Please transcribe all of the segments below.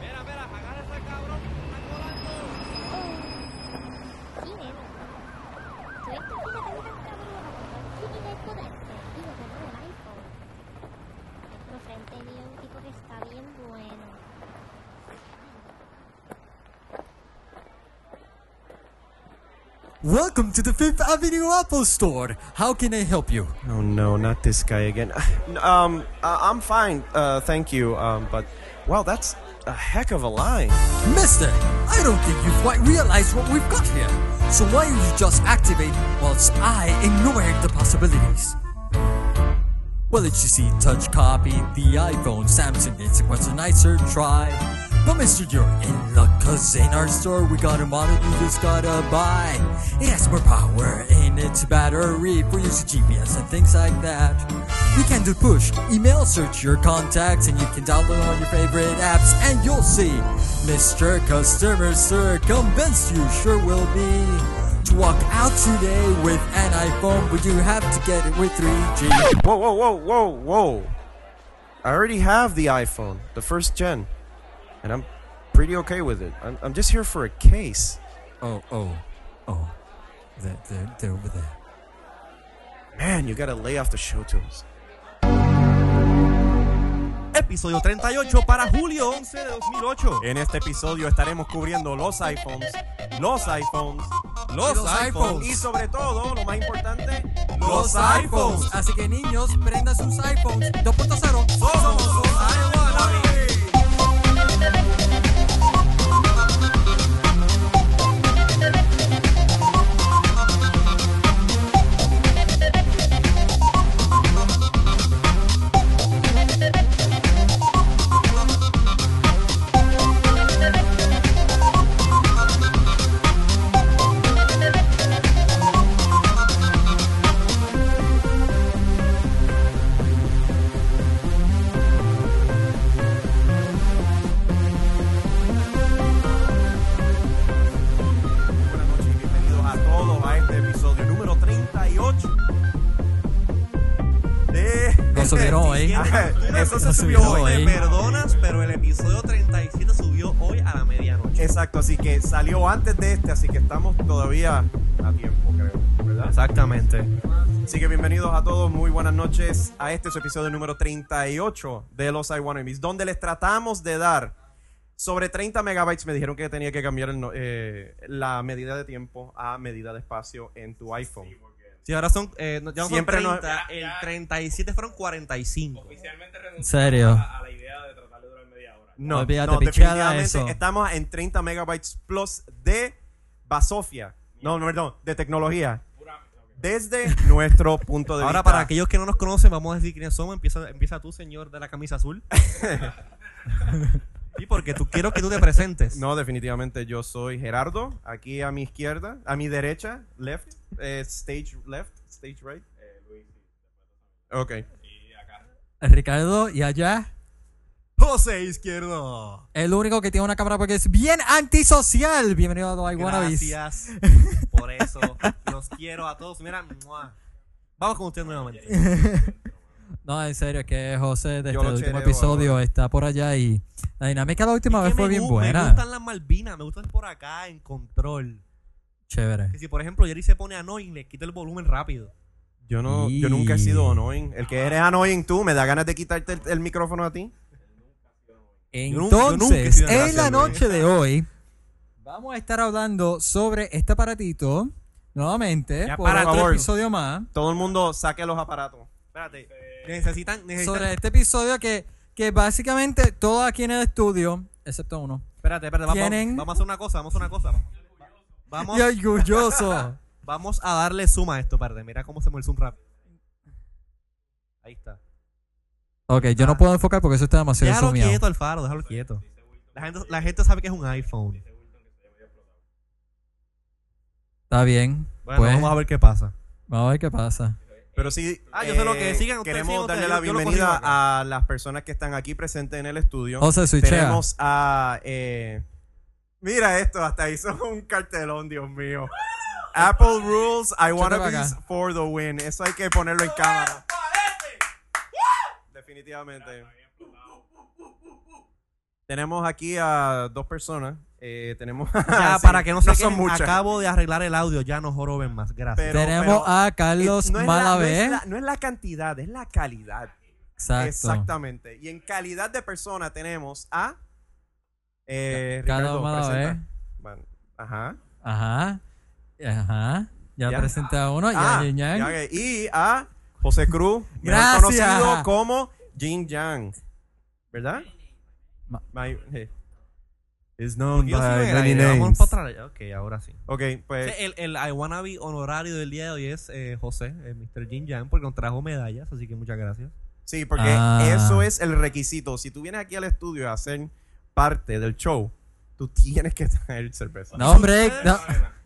verás, agarra al cabrón, están volando. Frente mío un tipo que está bien bueno. Welcome to the Fifth Avenue Apple Store. How can I help you? Oh no, not this guy again. Um, I- I'm fine, uh, thank you. Um, but wow, that's a heck of a line. Mister, I don't think you quite realize what we've got here. So why don't you just activate whilst I ignored the possibilities? Well, it's you see, touch copy, the iPhone, Samsung, Instagram, a nicer try. But mister, you're in luck, cause in our store we got a model you just gotta buy. It has more power in its battery for use of GPS and things like that. You can do push, email search your contacts, and you can download all your favorite apps, and you'll see. Mr. Customer, sir, convinced you sure will be. To walk out today with an iPhone, but you have to get it with 3G. Whoa, whoa, whoa, whoa, whoa! I already have the iPhone, the first gen, and I'm pretty okay with it. I'm, I'm just here for a case. Oh, oh, oh. They're, they're, they're over there. Man, you gotta lay off the show tunes. Episodio 38 para julio 11 de 2008. En este episodio estaremos cubriendo los iPhones, los iPhones, los, Los iPhones iPhones. y sobre todo, lo más importante, los iPhones. Así que niños, prendan sus iPhones 2.0. Somos los iPhones. Buenas noches y bienvenidos a todos a este episodio número 38 de... este No subieron, ¿eh? Ah, Eso se No subió subieron, hoy. ¿eh? Me perdonas, pero el episodio 37 subió hoy a la medianoche. Exacto, así que salió antes de este, así que estamos todavía a tiempo, creo, ¿verdad? Exactamente. Así que bienvenidos a todos, muy buenas noches a este su episodio número 38 de Los Iwanamis, donde les tratamos de dar sobre 30 megabytes. Me dijeron que tenía que cambiar el no- eh, la medida de tiempo a medida de espacio en tu iPhone. Sí, ahora son, eh, no- ya no son Siempre no- 30, el 37 fueron 45. Oficialmente ¿En renuncié serio? a, a la idea de tratar de durar media hora. No, Olvídate, no, pichada definitivamente eso. estamos en 30 megabytes plus de basofia. No, no, perdón, de tecnología. Desde nuestro punto de Ahora, vista. para aquellos que no nos conocen, vamos a decir quiénes somos. Empieza, empieza tú, señor de la camisa azul. Sí, porque tú quiero que tú te presentes. No, definitivamente yo soy Gerardo. Aquí a mi izquierda, a mi derecha, left, eh, stage left, stage right. Ok. Ricardo, y allá. José Izquierdo. El único que tiene una cámara porque es bien antisocial. Bienvenido a los Iwanabis. Gracias por eso. Los quiero a todos. Mira, mua. vamos con usted nuevamente. No, en serio, es que José, desde Yo el lo último chereo episodio, está por allá y la dinámica de la última Es vez que fue me bien gu- Me gustan buena. las Malvinas, me gustan por acá, en control. Chévere. Que si, por ejemplo, Jerry se pone annoying, le quita el volumen rápido. Yo, no, Y- yo nunca he sido annoying. El que eres annoying tú, me da ganas de quitarte el, el micrófono a ti. nunca- yo nunca he Entonces, sido en la gracioso, ¿eh? noche de hoy, vamos a estar hablando sobre este aparatito. Nuevamente, Ya, por para, otro favor. episodio más. Todo el mundo saque los aparatos. Espérate. Necesitan, necesitan. Sobre este episodio que, que básicamente todos aquí en el estudio, excepto uno, Espérate, espérate. Vamos, Tienen- vamos a hacer una cosa, vamos a hacer una cosa. Vamos, vamos, y orgulloso. vamos a darle zoom a esto, espérate. Mira cómo se mueve el zoom rápido. Ahí está. Ok, yo no puedo enfocar porque eso está demasiado Déjalo sumiado. quieto, Alfaro, déjalo quieto. La gente, la gente sabe que es un iPhone. Está bien. Bueno, pues, vamos a ver qué pasa. vamos a ver qué pasa. Pero sí, eh, Ah, yo sé lo que es. Sigan ustedes, queremos sigan darle ustedes. la Yo- yo lo cogí bienvenida acá. a las personas que están aquí presentes en el estudio. José, switchea. Tenemos a. eh, mira esto, hasta hizo un cartelón, Dios mío. Apple Rules, I Échate wanna be para acá. for the win. Eso hay que ponerlo en cámara. Definitivamente. Tenemos aquí a dos personas. eh, tenemos Ya, sí, para que no se son queden, muchas. acabo de arreglar el audio, ya no joroben más, gracias. Pero- Tenemos a Carlos Eh, no es la- Malavé. no es la- no es la cantidad, es la calidad. Exacto. Exactamente. Y en calidad de persona tenemos a. Eh, Cada Ricardo, uno a la presenta. vez. Bueno, ajá. Ajá. Ajá. Ya, Ya. presenté a uno. Ah, ya, Yin Yang. ya que- y a José Cruz, mejor Gracias. conocido como Jin Yang. ¿Verdad? Ma- My- eh. Is known Yo sí by me many grabé, vamos names. para atrás. Ok, ahora sí. Ok, pues. El, el I wanna be honorario del día de hoy es eh, José, eh, Mr. Jin Yang, porque nos trajo medallas, así que muchas gracias. Sí, porque Ah. eso es el requisito. Si tú vienes aquí al estudio a hacer parte del show, tú tienes que traer cerveza. No, hombre. No,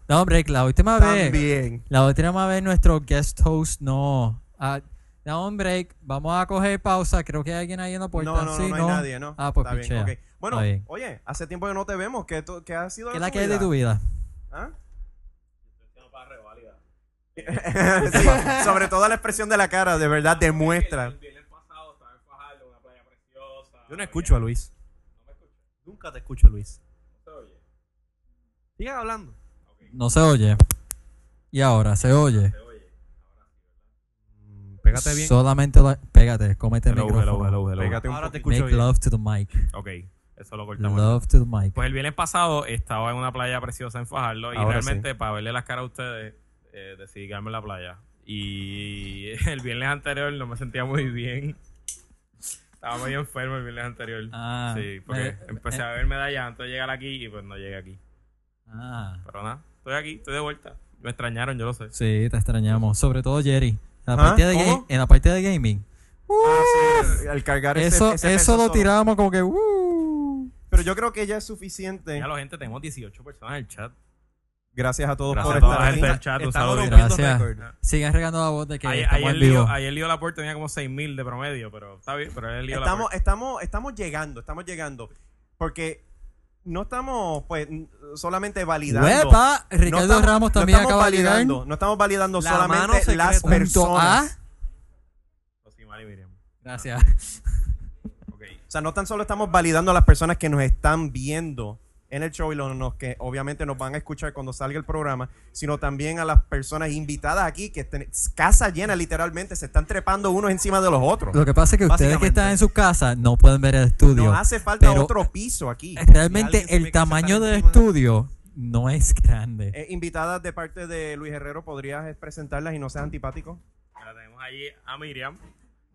no, hombre. La última vez. También. La última vez nuestro guest host no. Ah, no, un break. Vamos a coger pausa. Creo que hay alguien ahí en la puerta. No, no, Sí, no, no hay nadie, ¿no? Ah, pues Está bien, pichea. ok. Bueno, Está bien. oye, hace tiempo que no te vemos. ¿Qué, to- qué ha sido ¿Qué es la que hay de tu vida? ¿Ah? No, para revalida. Sí, sobre todo la expresión de la cara, de verdad, demuestra. El viernes pasado estaba en Fajardo, una playa preciosa. Yo no escucho a Luis. No me escucho. Nunca te escucho, Luis. ¿Se oye? Sigan hablando. No se oye. Y ahora se oye. ¿Se oye? Pégate bien. Solamente la- pégate, cómete el Hello, este micrófono. hello, hello, hello. Pégate un Ahora te poquito. escucho Make bien. love to the mic. Ok, eso lo cortamos. Love to the mic. Pues el viernes pasado estaba en una playa preciosa en Fajardo y Ahora realmente para verle las caras a ustedes eh, decidí quedarme en la playa. Y el viernes anterior no me sentía muy bien. Estaba muy enfermo el viernes anterior. Ah, sí, porque me- empecé a ver medallas antes de llegar aquí y pues no llegué aquí. Ah. Pero nada, estoy aquí, estoy de vuelta. Me extrañaron, yo lo sé. Sí, te extrañamos. Sobre todo Jerry. En la, ¿Ah? parte, de ¿Cómo? ga- en la parte de gaming. Uh, Ah, sí, al cargar ese- Eso, ese eso peso lo solo. tiramos como que. "Uh". Pero yo creo que ya es suficiente. Ya, la gente, tenemos 18 personas en el chat. Gracias a todos Gracias por a toda estar la aquí. gente del chat, un Estamos saludo. rompiendo Gracias. récord. Sigan regando la voz de que Ayer, estamos ayer en lío, vivo. ayer lío la puerta tenía como 6.000 de promedio, pero está bien, pero el lío la Estamos, estamos, estamos llegando, estamos llegando. Porque no estamos, pues, n- solamente validando. ¡Huepa! No Ricardo estamos- Ramos no también estamos acaba de llegar. validando, No estamos validando La mano solamente secreta. las Punto A. Punto A. personas. puerta. Sí, Mari Miriam. Gracias. Ok. O sea, no tan solo estamos validando a las personas que nos están viendo en el show y los los que obviamente nos van a escuchar cuando salga el programa, sino también a las personas invitadas aquí que estén casa llena literalmente, se están trepando unos encima de los otros. Lo que pasa es que ustedes que Básicamente. están en sus casas no pueden ver el estudio. Nos hace falta pero- eh, otro piso aquí. Realmente alguien se ve el que se tamaño está del encima de- estudio no es grande. Eh, invitadas de parte de Luis Herrero, ¿podrías eh, presentarlas y no seas antipático? Ahora tenemos allí a Miriam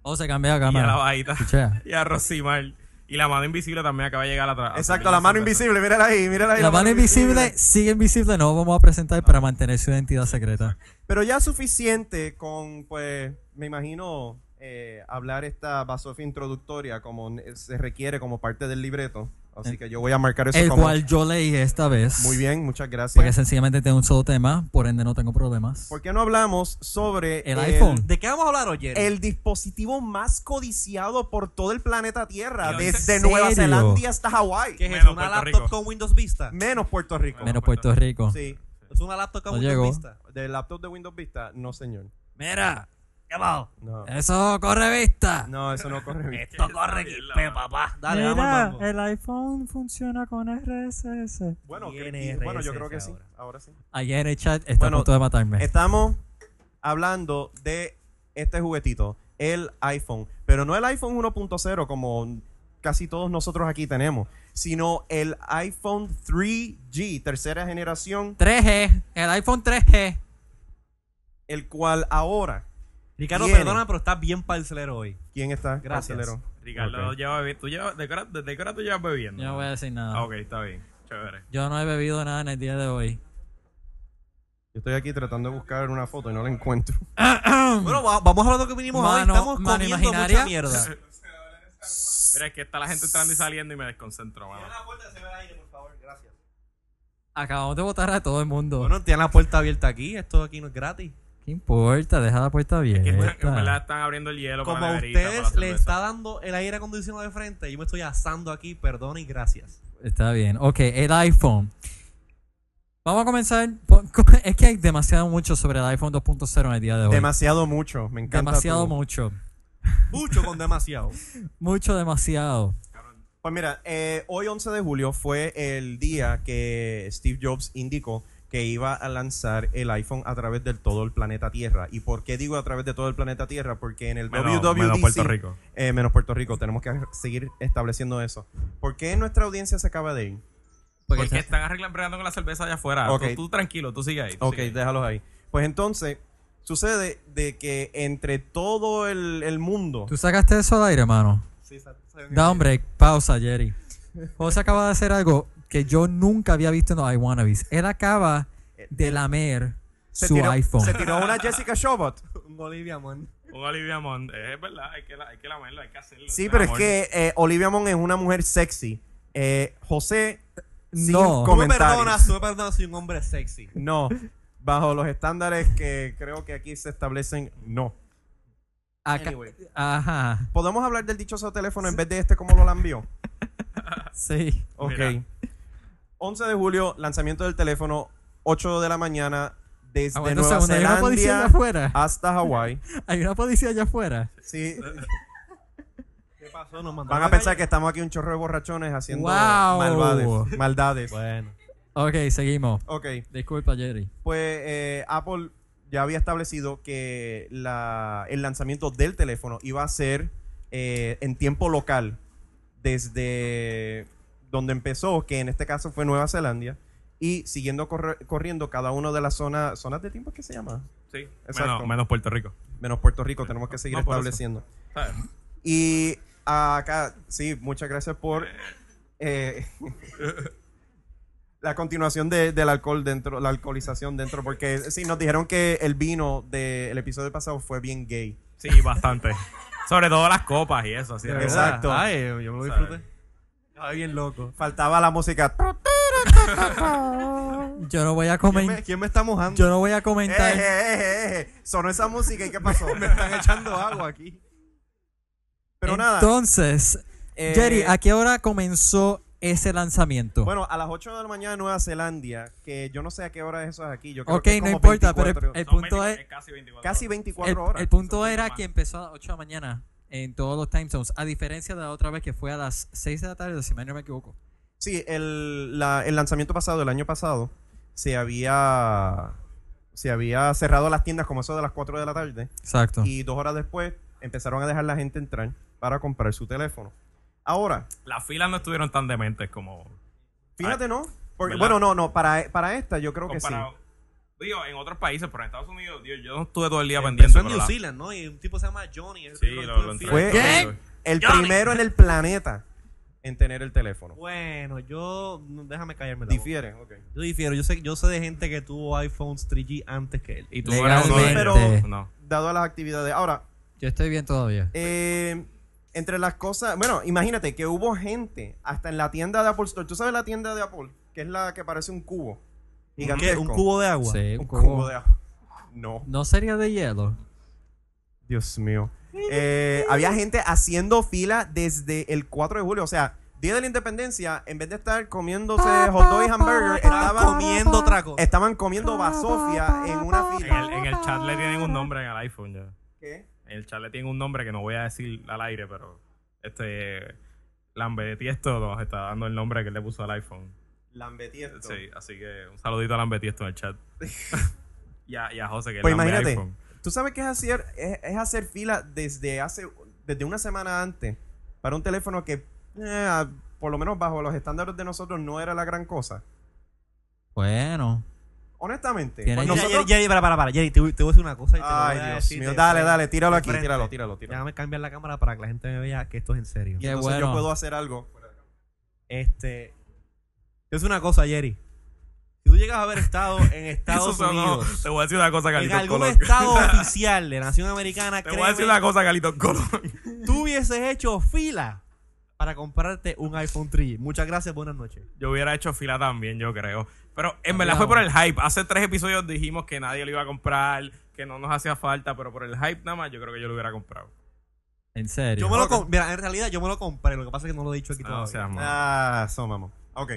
O se cambia la y a la cámara. bajita Escucha. y a Rosimar. Y la mano invisible también acaba de llegar atrás. Exacto, la mano invisible, mírala ahí, mírala ahí. La mano invisible sigue invisible, no vamos a presentar para mantener su identidad secreta. Pero ya suficiente con, pues, me imagino, eh, hablar esta basofia introductoria como ne- se requiere como parte del libreto. Así que yo voy a marcar eso Eh, El como... cual yo leí esta vez. Muy bien, muchas gracias. Porque sencillamente tengo un solo tema, por ende no tengo problemas. ¿Por qué no hablamos sobre El iPhone. ¿De qué vamos a hablar hoy, Jerry? el dispositivo más codiciado por todo el planeta Tierra, ¿En desde serio? Nueva Zelanda hasta Hawái, ¿Qué es eso? Menos ¿Una Puerto laptop Rico. con Windows Vista? menos Puerto Rico. Menos Puerto Rico. Sí, ¿Es una laptop con No Windows llegó. Vista? del laptop de Windows Vista, no señor. Mira, llamado. No, Eso corre vista. no eso no corre bien. corre papá. Dale, vamos al Mira, mambo. el iPhone funciona con RSS. Bueno, Tiene cre- y- bueno, yo RSS creo que sí. ahora. Ahora sí. Ayer en el chat está Bueno, a punto de matarme. Estamos hablando de este juguetito, el iPhone. Pero no el iPhone 1.0 como casi todos nosotros aquí tenemos, sino el iPhone 3G, tercera generación, 3G, el iPhone 3G. el cual ahora... Ricardo, Tiene. perdona, pero estás bien parcelero hoy. ¿Quién está? Gracias. Carcelero? Ricardo Ok. lleva bebiendo. ¿Tú llevas, ¿de, qué hora, ¿Desde qué hora tú llevas bebiendo? Yo no voy a decir nada. Ah, ok, está bien. Chévere. Yo no he bebido nada en el día de hoy. Yo estoy aquí tratando de buscar una foto y no la encuentro. Bueno, va- vamos a hablar de lo que vinimos hoy. Mano- Estamos mano comiendo imaginaria. mucha mierda. Mira, es que está la gente entrando y saliendo y me desconcentro, mano. Acabamos de votar a todo el mundo. Bueno, tienen la puerta abierta aquí. Esto aquí no es gratis. ¿Qué importa? Deja la puerta Que están, abierta. en verdad están abriendo el hielo Como para a la neverita, para la ustedes les cerveza. está dando el aire acondicionado de frente, yo me estoy asando aquí. Perdona y gracias. Está bien. Ok, el iPhone. Vamos a comenzar. por- con- Es que hay demasiado mucho sobre el iPhone 2.0 en el día de hoy. Demasiado mucho, me encanta. demasiado tu- mucho. Mucho con demasiado. Mucho demasiado. Pues mira, eh, hoy 11 de julio fue el día que Steve Jobs indicó que iba a lanzar el iPhone a través de todo el planeta Tierra. ¿Y por qué digo a través de todo el planeta Tierra? Porque en el Menos- WWDC... menos Puerto Rico. eh, menos Puerto Rico, tenemos que seguir estableciendo eso. ¿Por qué nuestra audiencia se acaba de ir? Porque es que están arreglando bregando con la cerveza allá afuera. Ok. Tú, tú tranquilo, tú sigue ahí. tú Ok, sigue ahí. déjalos ahí. Pues entonces, sucede de que entre todo el, el mundo... ¿Tú sacaste eso al aire, hermano? Sí, sa- sa- Da un break, pausa, Jerry. José acaba de hacer algo que yo nunca había visto en los iWannabes. Él acaba de lamer se su tiró- iPhone. Se tiró una Jessica Shobot. Un Bolivia, man. Un Olivia Mond. Es verdad, hay que, la- hay que lamerlo, hay que hacerlo. Sí, Ese pero es amor. que eh, Olivia Mon es una mujer sexy. Eh, José, sin No. Tú comentarios. me perdonas, tú me perdonas, soy un hombre sexy. No, bajo los estándares que creo que aquí se establecen, no. Acá- Anyway. Ajá, ¿Podemos hablar del dichoso teléfono en vez de este como lo lambió? sí. Ok. Mira. 11 de julio, lanzamiento del teléfono, 8 de la mañana, desde Aguanta un Nueva segundo, hay una policía allá Zelanda afuera. hasta Hawái. Hay una policía allá afuera. Sí, ¿Qué pasó? Nos mandaron van a la pensar que estamos aquí un chorro de borrachones haciendo Wow. malvades, maldades. Bueno. Ok, seguimos. Ok. Disculpa, Jerry. pues eh, Apple ya había establecido que la- el lanzamiento del teléfono iba a ser eh, en tiempo local, desde donde empezó, que en este caso fue Nueva Zelanda, y siguiendo corre- corriendo cada una de las zonas, zonas de tiempo que se llama, Sí, Exacto. menos, menos Puerto Rico. menos Puerto Rico, tenemos que seguir No, por eso. estableciendo. ¿Sabes? Y acá, sí, muchas gracias por eh, la continuación de- del alcohol dentro, la alcoholización dentro, porque sí, nos dijeron que el vino del episodio pasado fue bien gay. Sí, bastante. Sobre todo las copas y eso. Así era. Exacto. Ay, yo me lo disfruté. Estaba bien loco. Faltaba la música. Yo no voy a ¿Quién me, comentar. quién me está mojando? Yo no voy a Eh, comentar. eh, eh, eh, eh. Sonó esa música y ¿qué pasó? Me están echando agua aquí. Pero nada. Entonces, eh, Jerry, ¿a qué hora comenzó ese lanzamiento? Bueno, a las 8 de la mañana en Nueva Zelanda, que yo no sé a qué hora eso es aquí. Yo creo ok, que es no como importa, 24, pero el, el Son punto 20 es... casi 24. casi horas. 24 El, horas. el punto Son era mucho que más. empezó a las 8 de la mañana en todos los time zones, a diferencia de la otra vez que fue a las 6 de la tarde, si mal no me equivoco. Sí, el, la- el lanzamiento pasado, el año pasado, se había, se había cerrado las tiendas como eso de las 4 de la tarde. Ah. Exacto. Y dos horas después empezaron a dejar la gente entrar para comprar su teléfono. Ahora, Las filas no estuvieron tan dementes como fíjate, ¿no? Porque, Ah, ¿Verdad? bueno, no, no, para, para esta yo creo que sí. comparado. Digo, en otros países, pero en Estados Unidos, Dios, yo no estuve todo el día pendiente. Em, Empezó en pero New la- Zealand, ¿no? Y un tipo se llama Johnny. el Sí, tipo que lo, estuvo en lo entré. Fue- ¿Qué? ¿Qué? El Johnny. primero en el planeta en tener el teléfono. Bueno, yo. no, Déjame callarme la boca. Difiere, ok. Yo difiero. Yo sé, yo sé de gente que tuvo iPhones 3G antes que él. Y tú Legalmente. eras uno de ellos. Pero- No. Dado las actividades. Ahora, Yo estoy bien todavía. Eh, entre las cosas, bueno, imagínate que hubo gente hasta en la tienda de Apple Store. ¿Tú sabes la tienda de Apple? Que es la que parece un cubo. ¿Un, Gigantesco. qué? ¿Un cubo de agua? Sí, Un un cubo cubo. de agua. No, No sería de hielo. Dios mío. Eh, había gente haciendo fila desde el 4 de julio. O sea, Día de la Independencia, en vez de estar comiéndose hot dog y hamburger, Estaban estaban, comiendo otra cosa. estaban comiendo basofia en una En el, fila. en el chat le tienen un nombre en el iPhone ya. ¿Qué? En el chat le tienen un nombre que no voy a decir al aire, pero este Lambe Tiesto nos está dando el nombre que él le puso al iPhone. Lambetiesto. Sí, así que un saludito a Lambe Tiesto en el chat. y, a, y a José, que Pues es Lambe imagínate. iPhone. Tú sabes que es hacer, es, es hacer fila desde hace desde una semana antes para un teléfono que, eh, por lo menos bajo los estándares de nosotros, no era la gran cosa. Bueno. Honestamente. Tiene pues ya- Jerry, nosotros- Jerry, Jerry, para, para, para. Jerry, te, voy te voy a decir una cosa. Y te lo voy Ay, a Dios decir mío. de Dale, frente. dale, tíralo De aquí, frente. tíralo, tíralo, tíralo. Déjame cambiar la cámara para que la gente me vea que esto es en serio. Qué Entonces yo bueno. puedo hacer algo. Este. Es una cosa, Jerry. Si tú llegas a haber estado en Estados Eso sonó- Unidos, Te voy a decir una cosa, en Carlitos algún Colón. estado oficial de Nación Americana, Te voy a decir créeme, una cosa, Carlitos Colón. tú hubieses hecho fila para comprarte un iPhone 3. Muchas gracias, buenas noches. Yo hubiera hecho fila también, yo creo. Pero en verdad Hablamos. fue por el hype. Hace tres episodios dijimos que nadie lo iba a comprar, que no nos hacía falta, pero por el hype nada más yo creo que yo lo hubiera comprado. En serio. Yo me lo com- Mira, en realidad yo me lo compré, lo que pasa es que no lo he dicho aquí Ah, o todavía. sea, mano. Ah, somamos. Ok.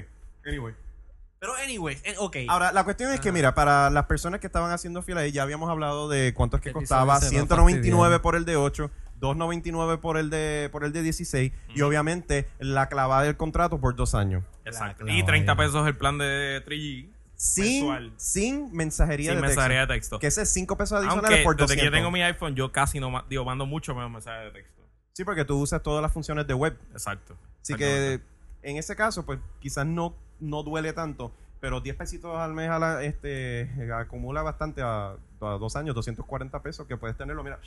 Anyway. Pero anyways, eh, ok. Ahora, la cuestión es que, mira, para las personas que estaban haciendo fila ahí, ya habíamos hablado de cuánto es que Este costaba. episodio se va a 199 fastidiar. por el de 8, 2.99 por el de por el de 16 y obviamente la clavada del contrato por dos años. Exacto. La Y 30 clava. pesos el plan de 3G. Sin, Mensual. sin mensajería Sin de mensajería texto. de texto. Que ese es 5 pesos adicionales Aunque por desde 200. que yo tengo mi iPhone, yo casi no ma- digo, mando mucho menos mensajes de texto. Sí, porque tú usas todas las funciones de web. Exacto. Así Exactamente. que en ese caso, pues quizás no, no duele tanto, pero 10 pesitos al mes a la- este, acumula bastante a, a dos años, 240 pesos que puedes tenerlo, mira,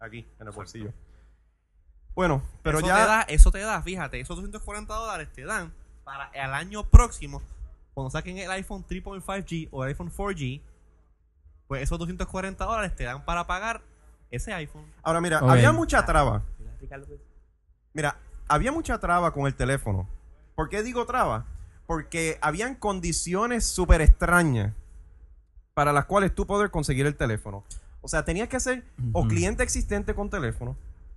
aquí en el bolsillo. Bueno, pero eso ya... Te da, eso te da, fíjate, esos 240 dólares te dan para el año próximo, cuando saquen el iPhone 3.5G o el iPhone 4G, pues esos 240 dólares te dan para pagar ese iPhone. Ahora mira, Ok. había mucha traba. Mira, había mucha traba con el teléfono. ¿Por qué digo traba? Porque habían condiciones súper extrañas para las cuales tú poder conseguir el teléfono. O sea, tenías que ser o cliente existente con teléfono,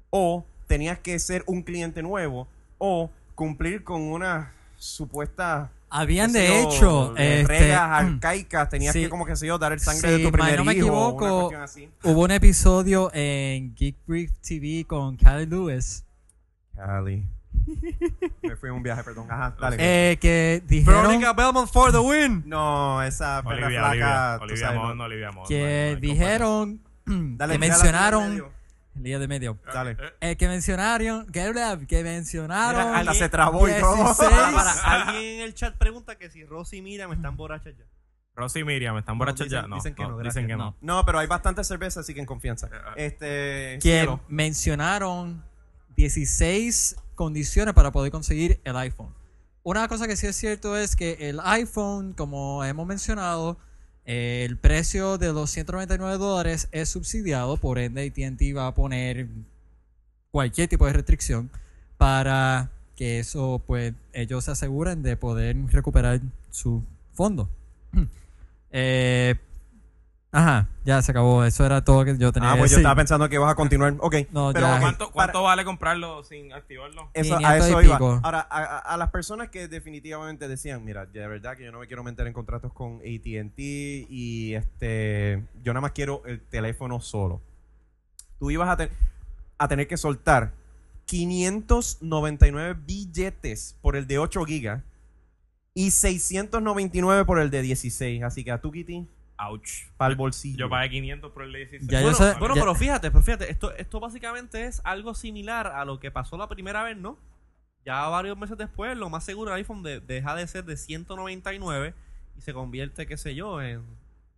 o tenías que ser un cliente nuevo, o cumplir con una supuesta Habían qué sé de yo, hecho eh, este, reglas arcaicas, tenías sí. que como que se yo dar el sangre Si de tu mal primer no me hijo, una equivoco, cuestión así. hubo un episodio en Geek Brief TV con Cali Lewis Cali. Me fui en un viaje, perdón. Ajá, dale. eh, que dijeron Belmont for the win. no, esa perra Olivia, flaca. Olivia, tú Olivia sabes, no. Mon, no, Olivia Mon, no hay- no que hay dijeron Dale, que tira la mencionaron medio. el día de medio Dale. eh, que mencionaron que, que mencionaron Mira, Hasta alguien- se trabó y todo. 16. Para, para, alguien en el chat pregunta que si Rosy y Miriam están borrachas ya. Rosy y Miriam, ¿están borrachos dicen- ya? No, dicen que no, gracias, dicen que no. no. No, pero hay bastante cerveza, así que en confianza. Ah, Este. que cielo. mencionaron 16 condiciones para poder conseguir el iPhone. Una cosa que sí es cierto es que el iPhone, como hemos mencionado, eh, el precio de los 199 dólares es subsidiado, por ende AT&T va a poner cualquier tipo de restricción para que eso, pues, ellos se aseguren de poder recuperar su fondo. Eh, ajá, ya se acabó. Eso era todo que yo tenía Ah, que pues yo decir. estaba pensando que ibas a continuar. Ok. No, pero ya. ok, ¿Cuánto, para- cuánto vale comprarlo sin activarlo? Eso, a 500 y eso iba. pico. Ahora, a, a- a las personas que definitivamente decían, mira, de verdad que yo no me quiero meter en contratos con ATT y este, yo nada más quiero el teléfono solo. Tú ibas a, ten- a tener que soltar 599 billetes por el de 8 gigas y 699 por el de 16. Así que a tu Kitty, Ouch. para el bolsillo. Yo pagué 500 por el 16. Ya yo bueno, sé- bueno, ya- pero fíjate, pero fíjate, esto, esto básicamente es algo similar a lo que pasó la primera vez, ¿no? Ya varios meses después, lo más seguro, el iPhone de- deja de ser de 199 y se convierte, qué sé yo, en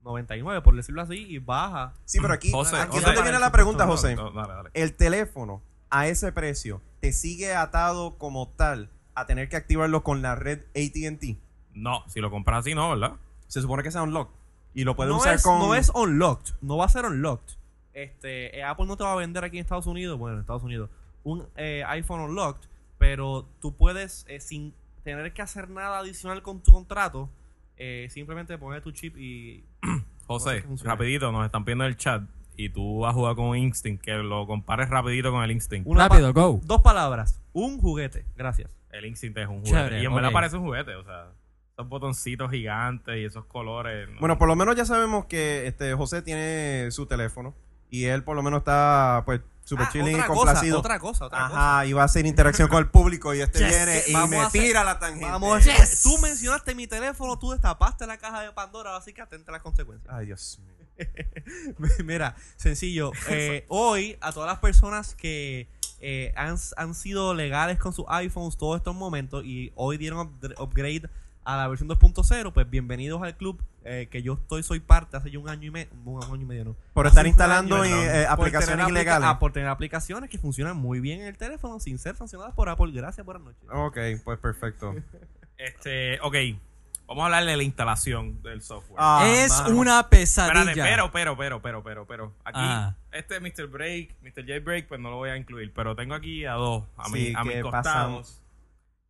99, por decirlo así, y baja. Sí, pero aquí, José, aquí es José. donde viene la pregunta, José. No, dale, dale. el teléfono a ese precio te sigue atado como tal a tener que activarlo con la red ATT. No, si lo compras así, no, ¿verdad? Se supone que sea unlock. Y lo puedes No usar es, con. no es unlocked, no va a ser unlocked. Este, eh, Apple no te va a vender aquí en Estados Unidos, bueno, en Estados Unidos, un eh, iPhone unlocked, pero tú puedes, eh, sin tener que hacer nada adicional con tu contrato, eh, simplemente poner tu chip y No sé José, qué funciona. rapidito, nos están pidiendo en el chat y tú vas a jugar con Instinct, que lo compares rapidito con el Instinct. Una Rápido, pa- go. Dos palabras. Un juguete. Gracias. El Instinct es un juguete. Chévere, y en verdad ok. parece un juguete, o sea, esos botoncitos gigantes y esos colores. ¿no? Bueno, por lo menos ya sabemos que este José tiene su teléfono. Y él por lo menos está pues super Ah, chilling y otra complacido. Cosa, otra cosa, otra cosa. Ajá, y va a hacer interacción con el público. Y este Yes. viene y Vamos me a hacer- tira la tangente. Vamos, tú mencionaste mi teléfono, tú destapaste la caja de Pandora, así que atente a las consecuencias. Ay, Dios mío. Mira, sencillo. eh, hoy, a todas las personas que eh, han, han sido legales con sus iPhones todos estos momentos y hoy dieron updr- upgrade a la versión 2.0, pues bienvenidos al club eh, que yo estoy, soy parte hace ya un año y medio, un año y medio, no. Por Hace estar un instalando año, eh, perdón. eh, Por tener aplicaciones aplica- ilegales. ah, por tener aplicaciones que funcionan muy bien en el teléfono sin ser sancionadas por Apple. Gracias, buenas noches. Ok, pues perfecto. Este, ok, vamos a hablar de la instalación del software. Ah, es mano. una Espérate, pesadilla. pero, pero, pero, pero, pero, pero. Aquí, Ah. este Mr. Break, Mr. J Break, pues no lo voy a incluir. Pero tengo aquí a dos, a, mi- Sí, a mis que costados. pasamos.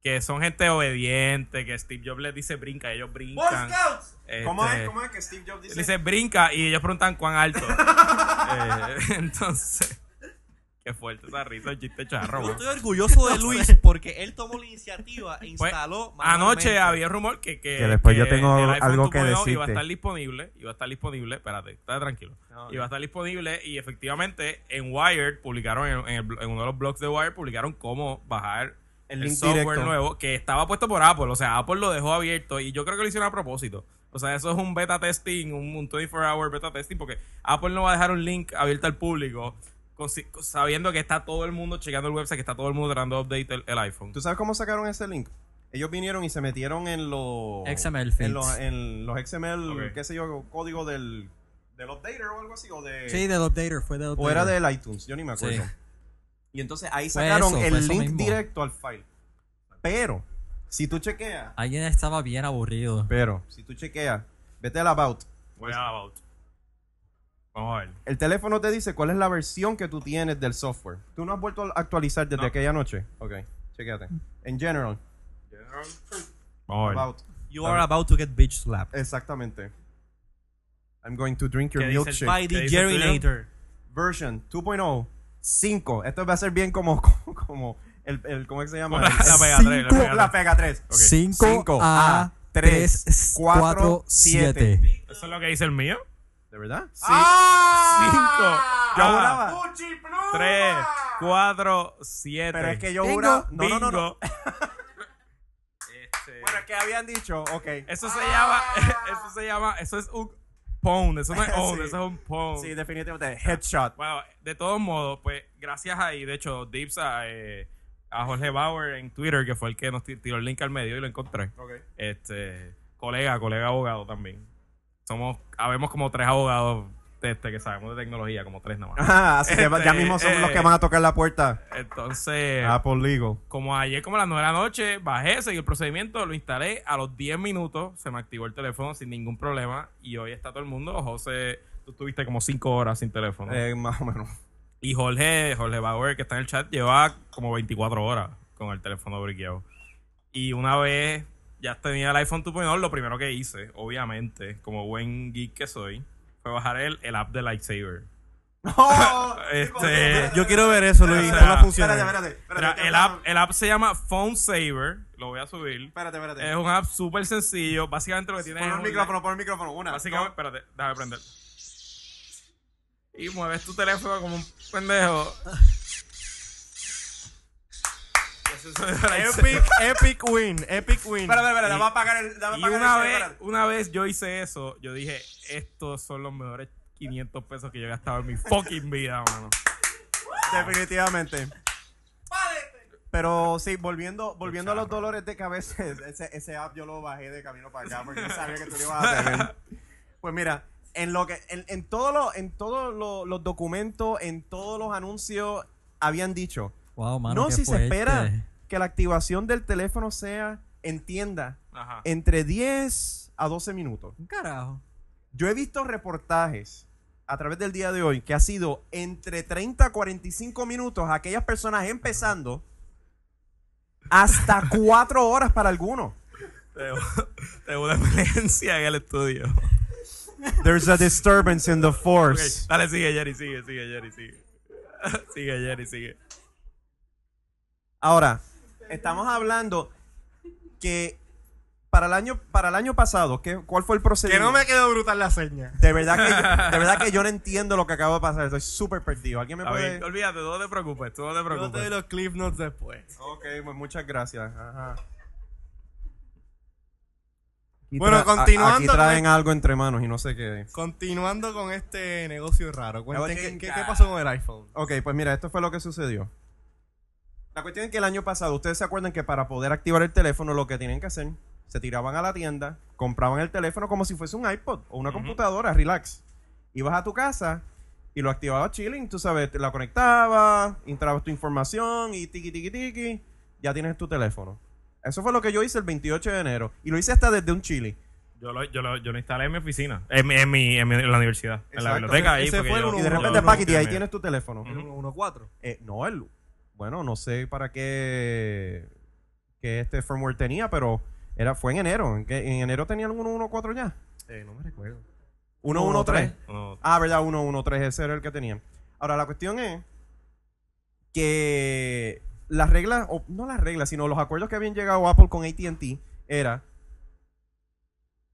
Que son gente obediente, que Steve Jobs les dice brinca y ellos Boy brincan. Scouts. ¿Cómo Este, es? ¿Cómo es que Steve Jobs Él dice? dice brinca y ellos preguntan cuán alto. Eh, entonces, Qué fuerte esa risa, el chiste charro. Yo man. estoy orgulloso de pues. Luis porque él tomó la iniciativa e Pues, instaló. anoche manualmente. había rumor que, que, Que después yo tengo el iPhone algo tú que puedes- Iba a decirte. estar disponible, iba a estar disponible, espérate, está tranquilo. Iba a estar disponible y efectivamente en Wired publicaron, en, en el blo- en uno de los blogs de Wired publicaron cómo bajar El el, link software directo. nuevo que estaba puesto por Apple. O sea, Apple lo dejó abierto y yo creo que lo hicieron a propósito. O sea, eso es un beta testing, un, un 24-hour beta testing porque Apple no va a dejar un link abierto al público. consi- Sabiendo que está todo el mundo checando el website, que está todo el mundo tratando de update el, el iPhone. ¿Tú sabes cómo sacaron ese link? Ellos vinieron y se metieron en los XML feeds. en los, en los XML, Ok. qué sé yo, código del, del updater o algo así, o de Sí, del updater, fue del updater. eh, o era del iTunes, yo ni me acuerdo. Sí. Y entonces ahí Fue sacaron eso, fue el eso link mismo. directo al file. Pero, si tú chequeas, Alguien estaba bien aburrido. pero, si tú chequeas, vete al about. Voy a about. Vamos a ver. El teléfono te dice cuál es la versión que tú tienes del software. ¿Tú no has vuelto a actualizar desde No. aquella noche? Ok, chequéate. En general, Vamos a ver. about. You are about to get bitch slapped. Exactamente. I'm going to drink your ¿Qué dice el milkshake. By ¿Qué the dice el Jerry Nader. Version 2.0. 5. Esto va a ser bien como, como el, el- ¿cómo es que se llama? Como la- El- la el Pega tres, la cinco- Pega La Pega 3. Cinco Ah, a tres, cuatro, siete. ¿Eso es lo que dice el mío? ¿De verdad? ¡Ah! Yo ¡Ah! juraba. Tres, cuatro, siete. Pero es que yo Bingo. juraba. No, Bingo. no, no, no. Este, Bueno, es que habían dicho, ok. Eso se llama. Eso se llama. Eso es un pound. Eso no es own. Sí. Eso es un pound. Sí, definitivamente. Headshot. Bueno, de todos modos, pues gracias ahí, de hecho, Dips a, eh, a Jorge Bauer en Twitter, que fue el que nos ti- tiró el link al medio y lo encontré. Este, colega, colega abogado también. Somos, habemos como tres abogados de este que sabemos de tecnología, como tres nada más. Ajá, así que Este, ya mismo son los eh, que van a tocar la puerta. Entonces, Apple Legal. como ayer, como a las 9 de la noche, bajé, seguí el procedimiento, lo instalé. A los 10 minutos se me activó el teléfono sin ningún problema. Y hoy está todo el mundo. José, tú tuviste como 5 horas sin teléfono. Eh, más o menos. Y Jorge, Jorge Bauer, que está en el chat, lleva como 24 horas con el teléfono briqueado. Y una vez ya tenía el iPhone 2.0, lo primero que hice, obviamente, como buen geek que soy, fue bajar el, el app de Lightsaber. Este, Yo quiero ver eso, Luis. O No sea, va a funcionar. Espérate, espérate. mira, el, app, el app se llama Phone Saver, lo voy a subir. Espérate, espérate. Es un app súper sencillo, básicamente lo que tiene Pon es el un- micrófono, pon el micrófono. Una. Básicamente, espérate, déjame prender. Y mueves tu teléfono como un pendejo. Eso es el lightsaber. Epic, epic win, epic win. Espérate, espérate, dame a apagar el. dame a Y apagar una el- vez, espérate. una vez yo hice eso, yo dije, estos son los mejores 500 pesos que yo he gastado en mi fucking vida, mano. Definitivamente. Pero sí, volviendo, volviendo a los dolores de cabeza, ese, ese app yo lo bajé de camino para acá porque yo sabía que tú lo ibas a tener. Pues mira, en lo que, en, en todos los, en todos los, los documentos, en todos los anuncios, habían dicho, Wow, mano, no, qué si se fuerte. espera que la activación del teléfono sea en tienda Ajá. entre 10 a 12 minutos. Un carajo. Yo he visto reportajes a través del día de hoy que ha sido entre 30 a 45 minutos aquellas personas empezando hasta 4 horas para algunos. Tengo, tengo una emergencia en el estudio. There's a disturbance in the Ok, force. dale, sigue, Jerry, sigue, sigue, Jerry, sigue. Sigue, Jerry, sigue. Ahora, estamos hablando que para el año para el año pasado, ¿qué, ¿cuál fue el procedimiento? quedó brutal la seña. de verdad que yo, de verdad que yo no entiendo lo que acaba de pasar, estoy súper perdido. ¿Alguien me A puede? ver, olvídate, no te preocupes, tú no te Yo te doy preocupes. los clip notes después. Ok, pues muchas gracias. Ajá. Aquí Bueno, a- continuando Aquí con traen algo entre manos y no sé qué. Continuando con este negocio raro, cuenten qué, qué- Chinga. qué pasó con el iPhone. Ok, pues mira, esto fue lo que sucedió. La cuestión es que el año pasado, ustedes se acuerdan que para poder activar el teléfono, lo que tienen que hacer, se tiraban a la tienda, compraban el teléfono como si fuese un iPod o una computadora, relax. Ibas a tu casa y lo activabas chilling, tú sabes, te la conectabas, entrabas tu información y tiki tiki tiki, ya tienes tu teléfono. Eso fue lo que yo hice el 28 de enero y lo hice hasta desde un chili. Yo lo, yo, lo, yo lo instalé en mi oficina, en, mi- en, mi, en, mi- en la universidad, en la Exacto. biblioteca. Ahí, Ese porque fue el yo- Y uno, de yo repente, lo- uno, paquiti, ahí me- tienes tu teléfono. El 1.4. Eh, no, el, bueno, no sé para qué que este firmware tenía, pero era fue en enero. ¿En, qué- en enero tenían un 1.1.4 ya? Eh, no me recuerdo. 1.1.3. No, Oh, Ah, verdad, 1.1.3, ese era el que tenían. Ahora, la cuestión es que las reglas, o no las reglas, sino los acuerdos que habían llegado Apple con ATT era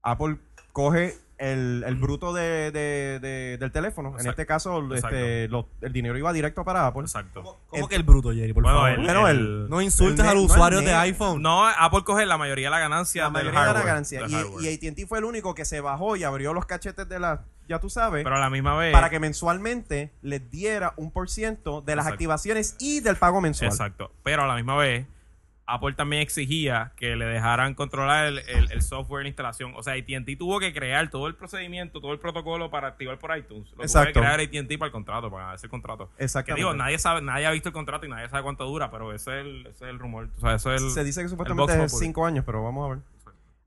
Apple coge el, el bruto de, de- de- del teléfono. En Exacto. este caso, este, Exacto. lo- el dinero iba directo para Apple. Exacto. ¿Cómo que el bruto, Jerry? Por Bueno, favor. el- Bueno, el- el- no insultes el al ne- no usuario el de ne- iPhone. No, Apple coge la mayoría de la ganancia La del mayoría de hardware. la ganancia. del hardware. Y, y ATT fue el único que se bajó y abrió los cachetes de la, ya tú sabes, Pero eh, a la misma vez. para que mensualmente les diera un por ciento de las Exacto. activaciones y del pago mensual. Exacto. Pero a la misma vez, Apple también exigía que le dejaran controlar el, el- el software de instalación. O sea, ATT tuvo que crear todo el procedimiento, todo el protocolo para activar por iTunes. Lo tuvo Exacto. que crear ATT para el contrato, para ese contrato. Que Exactamente. digo, nadie sabe, nadie ha visto el contrato y nadie sabe cuánto dura, pero ese es el, ese es el rumor. O sea, ese es el, Se dice que el supuestamente box es populi. 5 años, pero vamos a ver.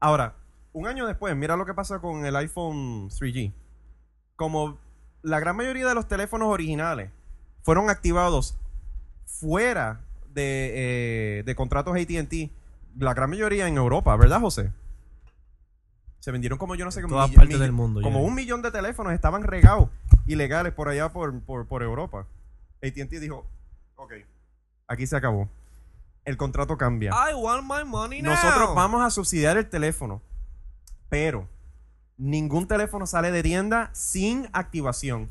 Ahora, un año después, mira lo que pasa con el iPhone 3G. Como la gran mayoría de los teléfonos originales fueron activados fuera de, eh, de contratos ATT, la gran mayoría en Europa, ¿verdad, José? Se vendieron como yo no sé qué todas mill- partes mill- del mundo, Como ya. un millón de teléfonos estaban regados ilegales por allá por, por, por Europa. ATT dijo, ok, aquí se acabó. El contrato cambia. I want my money now. Nosotros vamos a subsidiar el teléfono. Pero ningún teléfono sale de tienda sin activación.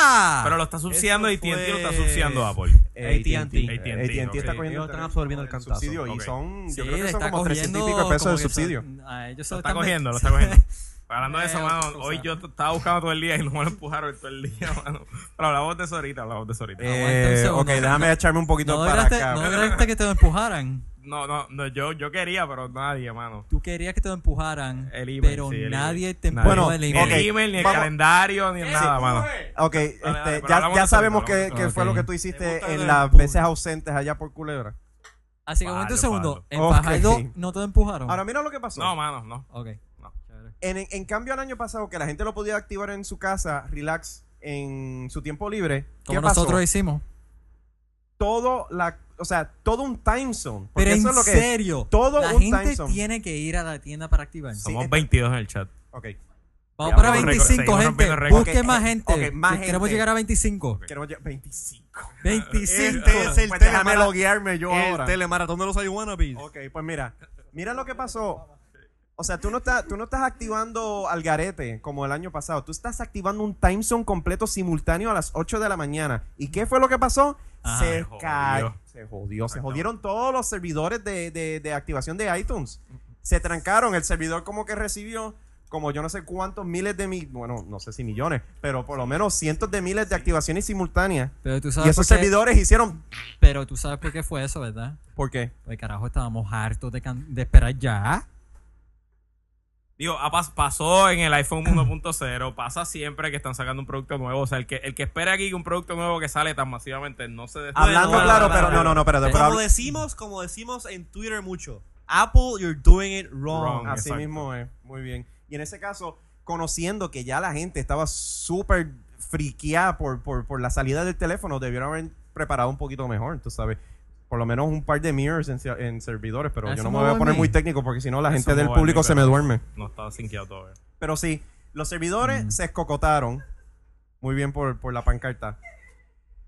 Ah, Pero lo está subsidiando Eso ATT y lo está fue- subsidiando ah, Apple. AT&T. AT&T. AT&T está ok. Ellos cogiendo están el teléfono absorbiendo el del cantazo. subsidio y Ok. son, yo Sí, creo le que son está como 300 y pico de cogiendo pesos de como que subsidio. son- ah, ellos Lo solo está están cogiendo, lo met- está cogiendo. Hablando de Eh, eso, otra mano, cosa. hoy yo t- estaba buscando todo el día y no me lo empujaron todo el día, mano. Pero hablamos de eso ahorita, hablamos de eso ahorita. Aguanta un Eh, segundo. ok, déjame echarme un poquito No para lograste, acá. no lograste que te lo empujaran. No, no, no, yo, yo quería, pero nadie, mano. Tú querías que te lo empujaran, El email, pero sí, el email. nadie te Nadie. empujó Bueno, el Ni email. ok. el email, ni el vamos. calendario, ni nada, mano. ok, dale, este, pero ya, hablamos ya de sabemos eso, que, hablamos que de eso. fue lo Ok. que tú Me hiciste gusta en el las empuje. veces ausentes allá por Culebra. Así que aguanta un Palo, segundo. En palo. Fajardo Ok. no te lo empujaron. Ahora mira lo que pasó. No, mano, no. ok. No. En, en- en cambio, el año pasado, que la gente lo podía activar en su casa, relax, en su tiempo libre, ¿qué Como pasó? nosotros hicimos. todo la o sea todo un time zone porque Pero eso en es lo que es. serio, todo la un time gente zone. tiene que ir a la tienda para activar. Somos está- 22 en el chat. Ok, Vamos para Seguimos 25, récord, gente. seguimos rompiendo Busque récord. más gente. Ok, más que Queremos gente. llegar a 25. Eh, queremos ya 25 25. el pues déjame telemara- loguearme yo El ahora telemaratón de los iWannabes. ok pues mira mira lo que pasó o sea tú no estás tú no estás activando al garete como el año pasado tú estás activando un time zone completo simultáneo a las 8 de la mañana y qué fue lo que pasó Ah, se se jodió. cayó se jodió se jodieron todos los servidores de, de- de activación de iTunes se trancaron el servidor como que recibió como yo no sé cuántos miles de mil bueno no sé si millones pero por lo menos cientos de miles de activaciones simultáneas Pero tú y sabes esos por qué- servidores hicieron Pero tú sabes por qué fue eso, ¿verdad? ¿por qué? Porque carajo, estábamos hartos de, can- de esperar ya. Digo, ha pas- pasó en el iPhone 1.0, pasa siempre que están sacando un producto nuevo. O sea, el que, el que espera aquí que un producto nuevo que sale tan masivamente no se destruye. hablando bueno, claro bueno, pero bueno. no no no espérate, pero Como habla- decimos, como decimos en Twitter mucho. Apple, you're doing it wrong. Wrong. Así Exacto. mismo es, muy bien. Y en ese caso, conociendo que ya la gente estaba súper friqueada por, por, por la salida del teléfono, debieron haber preparado un poquito mejor, tú sabes. Por lo menos un par de mirrors en, se- en servidores, pero yo Eso no me me voy a duerme. poner muy técnico porque si no la Eso gente me del duerme, público se me pero- duerme. No está sinqueado todavía. Pero sí, los servidores se escocotaron. Muy bien por, por la pancarta.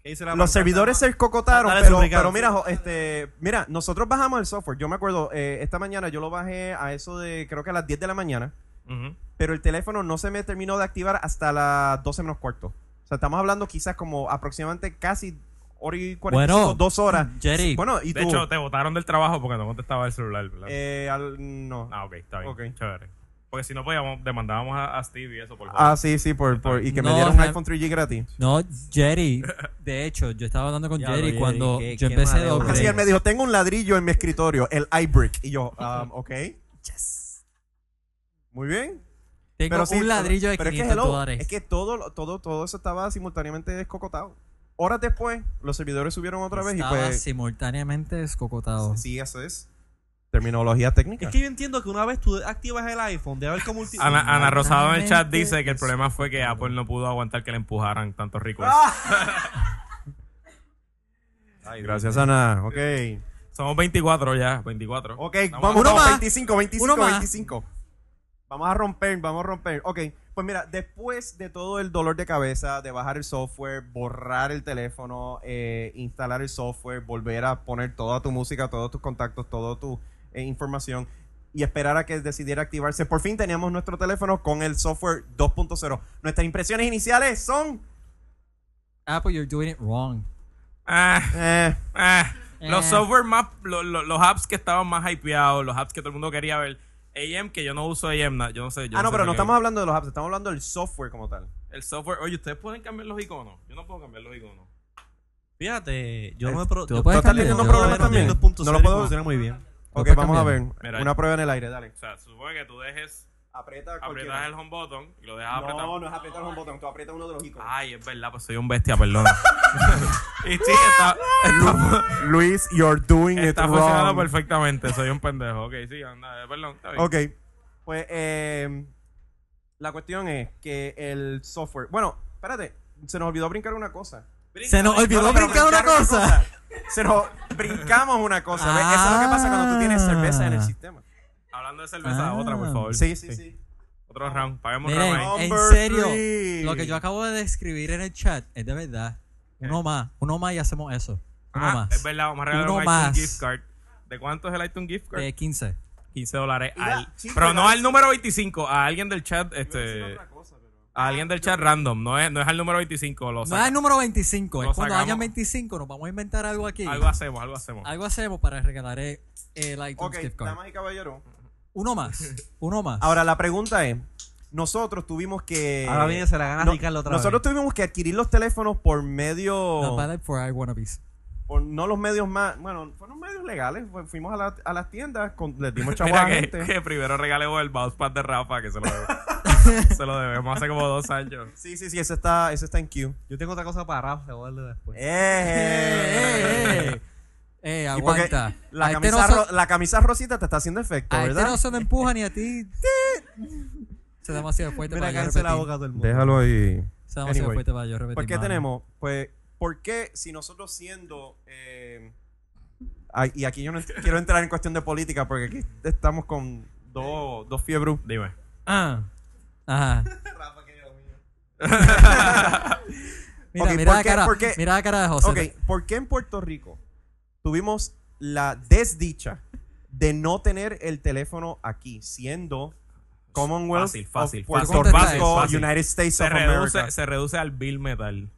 ¿Qué dice la Los pancarta? servidores se escocotaron, Dale, pero, Ricardo. pero mira, jo- este, mira, nosotros bajamos el software. Yo me acuerdo, eh, esta mañana yo lo bajé a eso de, creo que a las 10 de la mañana Ujú. pero el teléfono no se me terminó de activar hasta las 12 menos cuarto. O sea, estamos hablando quizás como aproximadamente casi hora y 45, Bueno, dos horas. Jerry, Bueno, y De tú. hecho, te botaron del trabajo porque no contestaba el celular, ¿verdad? Eh, al- no. ah, ok, está bien. ok. Chévere. Porque si no podíamos, demandábamos a, a Steve y eso, por favor. Ah, sí, sí, por, por- y que me No, dieron un no. iPhone 3G gratis. no, Jerry. De hecho, yo estaba hablando con Diablo, Jerry Jerry, cuando qué- yo qué empecé mala de obra. Así upgrade. él me dijo, tengo un ladrillo en mi escritorio, el iBrick. Y yo, ah, ok. Muy bien. Tengo pero un sí, pero- ladrillo de pero es que 500 hello, dólares. Es que todo, lo- todo, todo eso estaba simultáneamente descocotado. Horas después, los servidores subieron otra vez Estaba y pues... simultáneamente descocotado. Sí, eso es. Oh. Terminología técnica. Es que yo entiendo que una vez tú activas el iPhone, debe haber como un... Ana, Ana Rosado en el chat Exactamente. dice que el problema fue que Apple no pudo aguantar que le empujaran tantos ricos. Pues. Ah. Gracias, Ana. Ok. Somos 24 ya, 24. Ok, Vamos. vamos, Uno vamos, más. 25, 25, Uno más. 25. Vamos a romper, vamos a romper. Ok, Pues mira, después de todo el dolor de cabeza de bajar el software, borrar el teléfono, eh, instalar el software, volver a poner toda tu música, todos tus contactos, toda tu eh, información y esperar a que decidiera activarse, por fin teníamos nuestro teléfono con el software 2.0. Nuestras impresiones iniciales son... Apple, Ah, pues you're doing it wrong. Ah, eh, ah. Los Eh. software más, lo- lo- los apps que estaban más hypeados, los apps que todo el mundo quería ver. AM, que yo no uso AM, na- yo no sé. yo ah, no, sé pero lo no que estamos hablando de los apps, estamos hablando del software como tal. es. El software, oye, ¿ustedes pueden cambiar los iconos? Yo no puedo cambiar los iconos. Fíjate, yo no Eh, me pro- Tú yo- puedes yo- cambiar. yo- Teniendo yo- problemas yo- también. 2.0 No lo puedo- funciona muy bien. Ok, puedes vamos cambiar. a ver. Mira, Una prueba en el aire, dale. O sea, supone que tú dejes, Aprieta apretas el home button y lo dejas apretado. No, no es apretar un botón, tú aprietas uno de los iconos. Ay, es verdad, pues soy un bestia, perdona. y sí, está, está, Luis, you're doing está funcionando perfectamente, soy un pendejo. Ok, sí, anda, eh, perdón, está bien. Ok. Pues eh, la cuestión es que el software. Bueno, espérate, se nos olvidó brincar una cosa. Se nos olvidó No, pero brincar una brincaron cosa. Se nos brincamos una cosa. ¿ves? Eso es lo que pasa cuando tú tienes cerveza en el sistema. Hablando de cerveza, Ah. otra, por favor. Sí, sí, sí. Otro round, paguemos un Miren, round ahí. en Number serio, three. lo que yo acabo de describir en el chat es de verdad. Uno más, uno más y hacemos eso. Uno Eh. Ah, más. es verdad, vamos a regalar Uno un más. iTunes gift card. ¿De cuánto es el iTunes gift card? De 15. 15 dólares. Iba- al- sí, pero pero no es- al número 25, a alguien del chat, este, a alguien del chat random, no es, no es al número 25, lo No es saca- el número 25. Lo Es cuando sacamos. hayan 25 nos vamos a inventar algo aquí. algo hacemos, algo hacemos. Algo hacemos para regalar eh, el iTunes Ok, gift card. damas y caballeros. Uno más. Uno más. Ahora la pregunta es: nosotros tuvimos que. Ahora viene, se la gana No, Ricardo otra nosotros vez. tuvimos que adquirir los teléfonos por medio. Not valid for I wannabes. por no los medios más, bueno, fueron medios legales, fu- fuimos a, la- a las tiendas, con, les dimos chavos a la Mira que, gente. que primero regalemos el mousepad de Rafa, que se lo debemos. se lo debemos hace como dos años. Sí, sí, sí, ese está, ese está en queue. Yo tengo otra cosa para Rafa, te voy a darle después. ¡Eh, Eh, eh, eh! Eh, Y porque aguanta. A La este no camisa, se- ro- la camisa rosita te está haciendo efecto, a este ¿verdad? no se lo empuja ni a ti. Se da demasiado fuerte Mira, para yo cáncer la repetir. boca a todo el mundo. Déjalo ahí. Se da demasiado Anyway. fuerte para yo repetir. Pues, ¿qué mano. tenemos? Pues, ¿por qué si nosotros siendo... eh, ay, y aquí yo no ent- quiero entrar en cuestión de política, porque aquí estamos con dos, dos fiebres. Dime. Ah. Ajá. Mira, Ok, mira, ¿por la qué- cara, por qué? mira la cara de José. Ok, ¿por qué en Puerto Rico tuvimos la desdicha de no tener el teléfono aquí, siendo Commonwealth Fácil, fácil, of Puerto fácil, fácil, Rico, fácil. United States Se of America? reduce, se reduce al Bill Metal.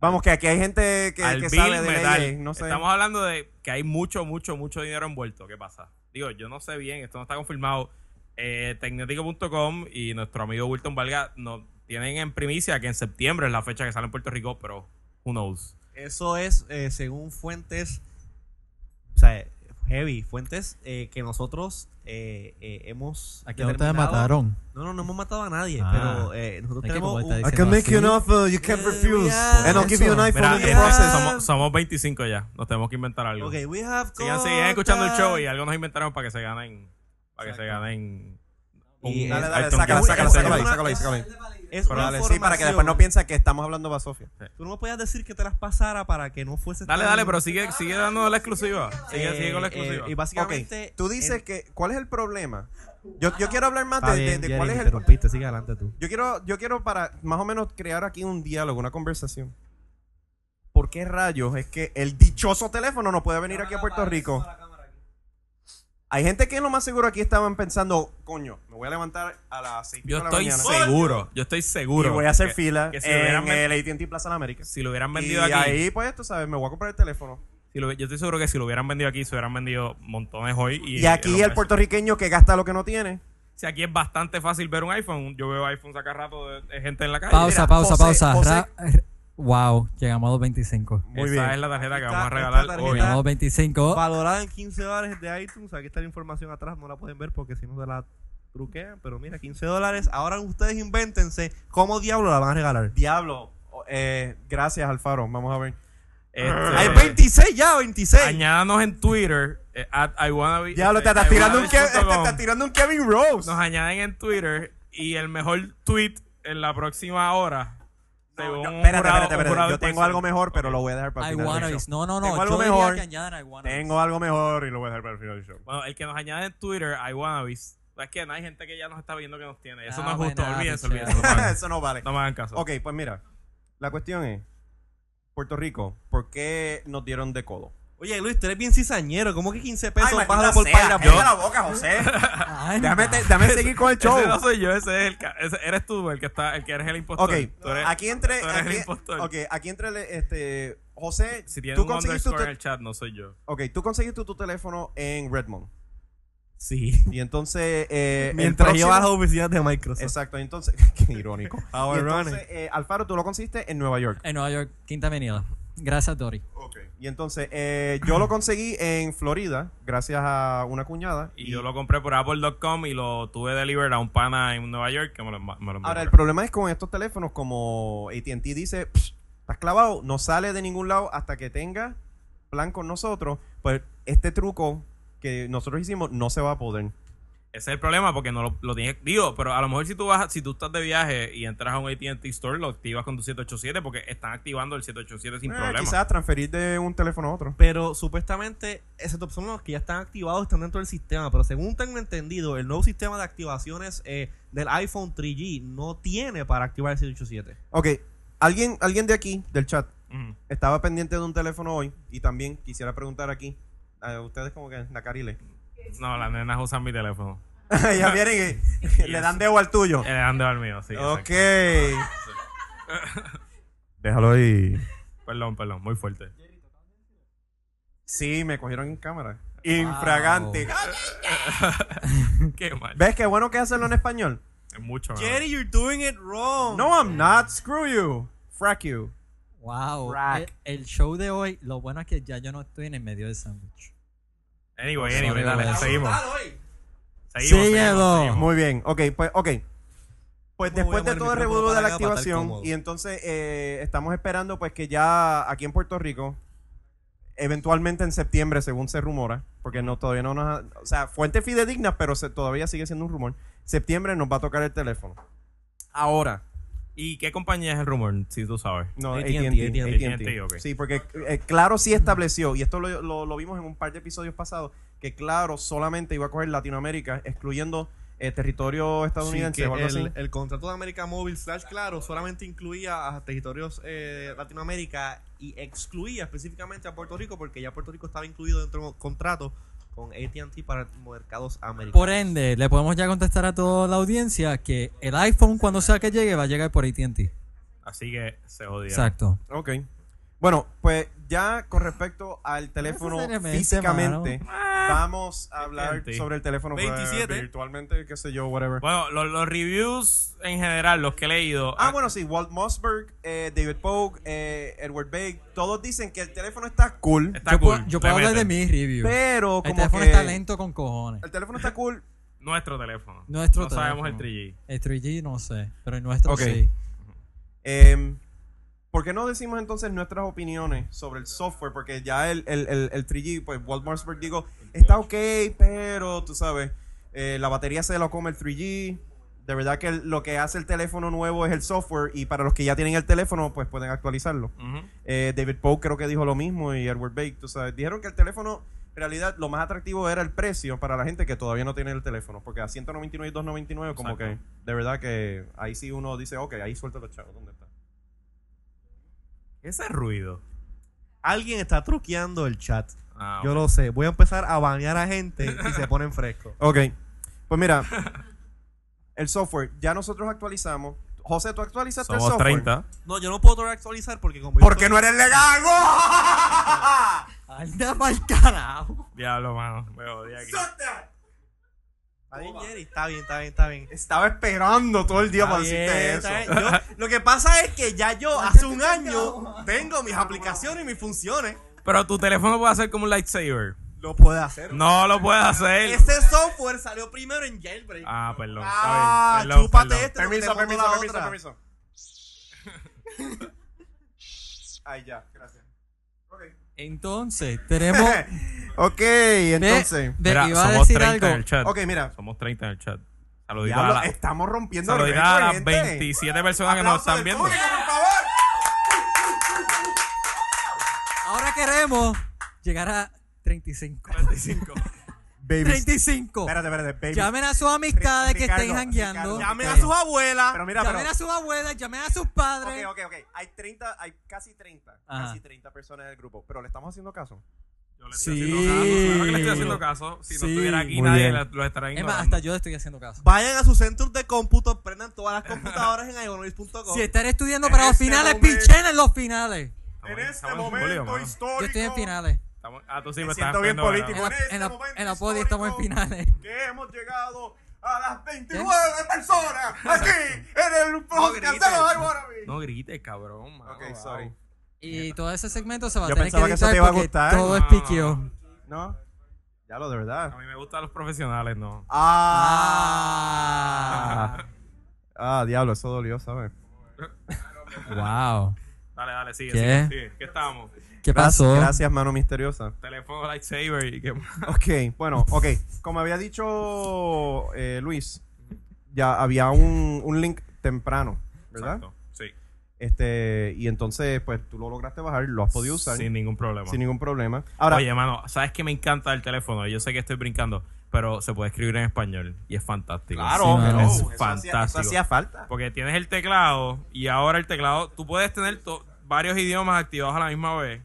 Vamos, que aquí hay gente que, al que Bill sabe de Metal. leyes, no sé. Estamos hablando de que hay mucho, mucho, mucho dinero envuelto. ¿Qué pasa? Digo, yo no sé bien, esto no está confirmado. Eh, Tecnético.com y nuestro amigo Wilton Valga nos tienen en primicia que en septiembre es la fecha que sale en Puerto Rico, pero who knows. Eso es, eh, según fuentes, o sea, heavy, fuentes eh, que nosotros eh, eh, hemos. Aquí no te determinado- mataron. No, no, no hemos matado a nadie, Ah. pero eh, nosotros Es que tenemos. como un- está ah, diciendo así, offer you can't refuse. And I'll give you an Mira, in the eh, process. somos, somos 25 ya, nos tenemos que inventar algo. Ok, we have. Sigan, sigan escuchando el contact. show y algo nos inventaron para que se ganen. Para que se ganen. Y, eh, Dale, dale, item sácala, gift sácala, card. sácala ahí, Una- sácala ahí, sácala ahí. Es Pero una dale, sí, para que después no información. pienses que estamos hablando para Sofía. Tú no me podías decir que te las pasara para que no fuese. Dale, tan- dale, pero sigue, sigue dando la exclusiva. Sigue, Eh, sigue con la eh, exclusiva. y básicamente. Ok, tú dices en- que... ¿Cuál es el problema? Yo, yo quiero hablar más Está de, de- bien, de Jerry, cuál me es el interrumpiste, sigue adelante tú. Yo quiero, yo quiero para más o menos crear aquí un diálogo, una conversación. ¿Por qué rayos es que el dichoso teléfono no puede venir aquí a Puerto Rico? Hay gente que lo más seguro aquí estaban pensando, coño, me voy a levantar a las 6 de Yo la estoy mañana. seguro, yo estoy seguro. Y voy a hacer que- fila que si hubieran en ven- el AT&T Plaza de la América. Si lo hubieran Y vendido aquí, ahí, pues, tú sabes, me voy a comprar el teléfono. si lo- yo estoy seguro que si lo hubieran vendido aquí, se hubieran vendido montones hoy. Y, Y, aquí el puertorriqueño que gasta lo que no tiene. Si aquí es bastante fácil ver un iPhone, yo veo iPhones acá rato de, de gente en la calle. Pausa, Mira, pausa, José- pausa. José- Ra- r- Wow, llegamos a los 25. Muy Esa bien. es la tarjeta que Esta- vamos a esta regalar tarjeta- hoy. Llegamos a los Oh. 25. Valorada en 15 dólares de iTunes. Aquí está la información atrás, no la pueden ver porque si no se la truquean. Pero mira, 15 dólares. Ahora ustedes invéntense cómo diablo la van a regalar. Diablo. oh, Eh, gracias, Alfaro. Vamos a ver. Este, Hay 26 ya, 26. Añádanos en Twitter, eh, at iwannabe- Diablo, te eh, estás tirando un, este Ke- iwannabe te punto com. estás tirando un Kevin Rose. Nos añaden en Twitter y el mejor tweet en la próxima hora. según No, un espérate, jurado- espérate, un espérate. jurado Yo tengo imparcial. algo mejor, pero lo voy a dejar para I el final del wannabes. show. No, no, no. Tengo yo algo diría mejor. que añadan I wannabes. Tengo algo mejor y lo voy a dejar para el final del show. Bueno, el que nos añade en Twitter, iWannabes, Es que no hay gente que ya nos está viendo que nos tiene. Eso Ah, no es justo. buena, olvídense, Richard. olvídense. No me hagan- Eso no vale. No me hagan caso. Ok, pues mira. La cuestión es, Puerto Rico, ¿por qué nos dieron de codo? Oye, Luis, tú eres bien cizañero. ¿Cómo que 15 pesos Ay, baja maldita por sea, página? cállate la boca, José. Ay, Déjame, mira. te- déjame seguir con el show. Ese no soy yo, ese es el ca- ese- eres tú el que está, el que eres el impostor. Ok, Tú eres- aquí entre... tú eres el Aquí, impostor. ok, aquí entre... el, Este, José, Si tienes tú un conseguiste tu, underscore en te- el chat, no soy yo. ok, tú conseguiste tu teléfono en Redmond. Sí. Y entonces... eh, el Mientras próximo- llevas a las oficinas de Microsoft. Exacto, entonces... qué irónico. How Y entonces, ironic. eh, Alfaro, tú lo conseguiste en Nueva York. En Nueva York, Quinta Avenida. Gracias, Dory. Y entonces, eh, yo lo conseguí en Florida, gracias a una cuñada. Y yo lo compré por Apple.com y lo tuve delivered a un pana en Nueva York que me lo, env- me lo envió. Ahora, el problema es con estos teléfonos, como ATT dice, "Psh, estás clavado, no sale de ningún lado hasta que tenga plan con nosotros. Pues este truco que nosotros hicimos no se va a poder. Ese es el problema porque no lo, lo tienes. Digo, pero a lo mejor si tú vas, si tú estás de viaje y entras a un ATT Store, lo activas con tu 787 porque están activando el 787 sin Eh, problema. quizás transferir de un teléfono a otro. Pero supuestamente, excepto son los que ya están activados, están dentro del sistema. Pero según tengo entendido, el nuevo sistema de activaciones eh, del iPhone 3G no tiene para activar el 787. Ok, alguien, alguien de aquí, del chat, Ujú. estaba pendiente de un teléfono hoy y también quisiera preguntar aquí a ustedes como que Nacarile. No, las nenas usan mi teléfono. ya vienen y le dan dedo al tuyo. Eh, han de al mío, Ah, sí. Ok. exacto. Déjalo ahí. Perdón, perdón, muy fuerte. Sí, me cogieron en cámara. Infragante. Qué mal. ¿Ves qué bueno que hacerlo en español? Es mucho. Ah. ¿no? Jerry, you're doing it wrong. No, I'm not. Screw you. Frack you. Wow. Eh, Crack. El, el show de hoy, lo bueno es que ya yo no ey en el medio del sándwich. Anyway, anyway, dale, Sorry, seguimos. Ah, Síguelo. Seguimos. seguimos, seguimos. Muy bien. Ok, pues, ok. Pues ¿Cómo voy a después de poner todo el el micrófono revuelo de para la acá para estar activación, cómodo? y entonces eh, estamos esperando pues que ya aquí en Puerto Rico, eventualmente en septiembre, según se rumora, porque no todavía no nos... ha- o sea, fuente fidedigna, pero se- todavía sigue siendo un rumor. Septiembre nos va a tocar el teléfono. Ahora. ¿Y qué compañía es el rumor? Si tú sabes. No, AT&T, AT&T. AT&T, AT&T. ok. Sí, porque eh, Claro sí estableció, y esto lo, lo- lo vimos en un par de episodios pasados, que Claro solamente iba a coger Latinoamérica, excluyendo eh, territorio Sí, estadounidense que o algo así. el, el contrato de América Móvil slash Claro solamente incluía a territorios eh, Latinoamérica y excluía específicamente a Puerto Rico porque ya Puerto Rico estaba incluido dentro del contrato con AT&T para mercados americanos. Por ende, le podemos ya contestar a toda la audiencia que el iPhone, cuando sea que llegue, va a llegar por ATT. Así que se odia. Exacto. Ok. Bueno, pues ya con respecto al teléfono necesariamente, físicamente, Ah, vamos a hablar AT&T. sobre el teléfono pues, 27. virtualmente, qué sé yo, whatever. Bueno, lo- los reviews en general, los que he leído. Ah, bueno, sí, Walt Mossberg, eh, David Pogue, eh, Edward Bake, todos dicen que el teléfono está cool, Está yo cool. puedo, yo le puedo hablar de meten. mi review. pero el como teléfono que está lento con cojones. el teléfono está cool, Nuestro teléfono. Nuestro no sabemos el teléfono. 3G. El 3G no sé, pero el nuestro Ok. sí. Eh, ¿Por qué no decimos entonces nuestras opiniones sobre el software? Porque ya el, el, el, el 3G, pues Walt Mossberg digo, está ok, pero tú sabes, eh, la batería se lo come el 3G. De verdad que el- lo que hace el teléfono nuevo es el software y para los que ya tienen el teléfono, pues pueden actualizarlo. Ujú. Eh, David Poe creo que dijo lo mismo y Edward Bake, tú sabes, dijeron que el teléfono, en realidad, lo más atractivo era el precio para la gente que todavía no tiene el teléfono, porque a 199 y 299 como Exacto. que, de verdad que ahí sí uno dice, ok, ahí suelto los chavos, ¿dónde está? Ese ruido. Alguien está truqueando el chat. Ah, Yo lo sé. Voy a empezar a banear a gente y se ponen frescos. Ok, pues mira, el software, ya nosotros actualizamos. José, ¿tú actualizaste el somos software? 30. No, yo no puedo todavía actualizar porque como yo Porque estoy- no eres legal. Anda pa'l carajo. Diablo, mano. Me odia aquí. Está bien, Jerry. Está bien, está bien, está bien. Estaba esperando todo el día Está para decirte bien, eso. está bien. Yo- lo que pasa es que ya yo hace un año tengo mis aplicaciones y mis funciones. Pero tu teléfono puede hacer como un lightsaber. Lo puedo hacer. No lo puedes hacer. Este software salió primero en jailbreak. Ah, perdón. Ah, está bien. Perdón, chúpate perdón. este. Permiso, permiso, permiso, permiso. Ahí ya, gracias. Ok, Entonces, tenemos. Ok, Ve- entonces. ve- Mira, iba a somos decir 30 algo. en el chat. Ok, mira. Somos 30 en el chat. Saludito Diablo, eh, a la, estamos rompiendo saludito récord, a las gente. 27 personas que nos Aplauso del están viendo. público, por favor. Ahora queremos llegar a 35. 35. Baby. 35. Espérate, espérate, baby. Llamen a sus amistades que Ricardo, estén jangueando. Ricardo, Llamen a Está sus abuelas. Pero mira, Llamen pero. a sus abuelas, llamen a sus padres. Ok, ok, ok. Hay 30, hay casi 30, Ajá. casi 30 personas en el grupo, pero le estamos haciendo caso. Yo le Sí. estoy haciendo caso. Claro que le estoy haciendo caso. Si Sí. no estuviera aquí, Muy nadie bien. la- lo estará Es más, ignorando. hasta yo le estoy haciendo caso. Vayan a sus centros de cómputo, prendan todas las computadoras en ionovis.com. Si estar estudiando para los este finales, momento- pichen en los finales. Estamos- estamos en julio, mano. histórico. Yo estoy en finales. Estamos- Ah, tú este sí Me me siento estás bien viendo, ¿verdad? En la, político. en este en la- momento en la poli histórico. estamos en finales. Que hemos llegado a las 29 personas aquí en el podcast de grites. los Iwanabe. No grites, cabrón. mano, Ah, Ok, wow. sorry. Y todo ese segmento se va a Yo tener que pensaba que eso editar te iba a porque gustar. todo es No, no, no. piqueo. ¿No? Ya lo de A verdad. mí me gustan los profesionales, no. Ah. Ah, diablo, eso dolió, ¿sabes? Wow. Dale, dale, sigue. ¿Qué? Sigue, sigue. ¿Qué estamos? ¿Qué pasó? Ah. Gracias, mano misteriosa. Teléfono lightsaber y qué más. Ok, bueno, ok. Como había dicho eh, Luis, ya había un, un link temprano, ¿verdad? Exacto, Sí. Este, y entonces, pues tú lo lograste bajar, lo has podido usar Sin sin, ningún problema. ningún problema. Ahora, Oye, mano, ¿sabes qué me encanta el teléfono? Yo sé que estoy brincando, pero se puede escribir en español y es fantástico. Sí, claro, mano. hello, Es eso hacía- fantástico. Eso hacía falta. Porque tienes el teclado y ahora el teclado, tú puedes tener to- varios idiomas activados a la misma vez.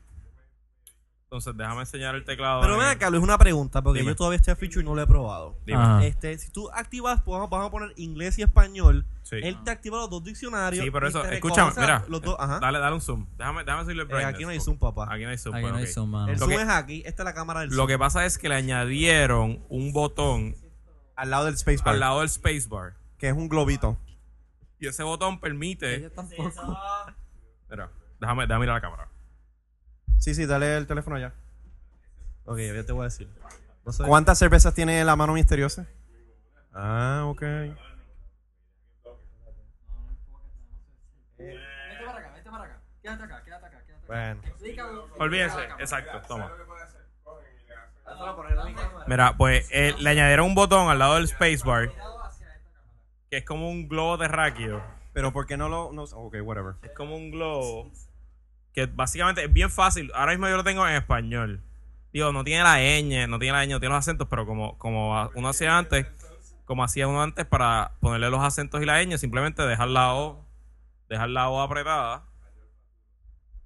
Entonces, déjame enseñar el teclado. Pero en- ven acá, Luis, una pregunta, porque Dime. yo todavía este feature no lo he probado. Dime. Ajá. Este, si tú activas, pues, vamos a poner inglés y español, Sí. él te activa los dos diccionarios. Sí, pero y eso, te escúchame, reconoce mira. Los dos, ajá. Dale, dale un zoom. Déjame, déjame decirle el Eh, brightness, aquí no hay por- zoom, papá. Aquí no hay zoom. Aquí pues, no hay ok. zoom, mano. El Lo zoom que- es aquí, esta es la cámara del Lo zoom. que pasa es que le añadieron un botón Al lado del Spacebar, al lado del spacebar. que es un globito. Y ese botón permite. Ella tampoco. Mira, déjame, déjame mirar la cámara. Sí, sí, dale el teléfono ya. Ok, yo te voy a decir. No sé. ¿Cuántas cervezas tiene la mano misteriosa? Ah, ok. Vete para acá, vete para acá. Quédate acá, quédate acá, quédate Bueno. Olvídense, exacto, toma. Mira, pues eh, le añadieron un botón al lado del spacebar. Que es como un globo terráqueo. Pero ¿por qué no lo...? No, ok, whatever. Es como un globo. Que básicamente es bien fácil. Ahora mismo yo lo tengo en español. Digo, no tiene la ñ, no tiene la ñ, no tiene los acentos, pero como, como uno hacía antes, como hacía uno antes para ponerle los acentos y la ñ, simplemente dejar la O, dejar la O apretada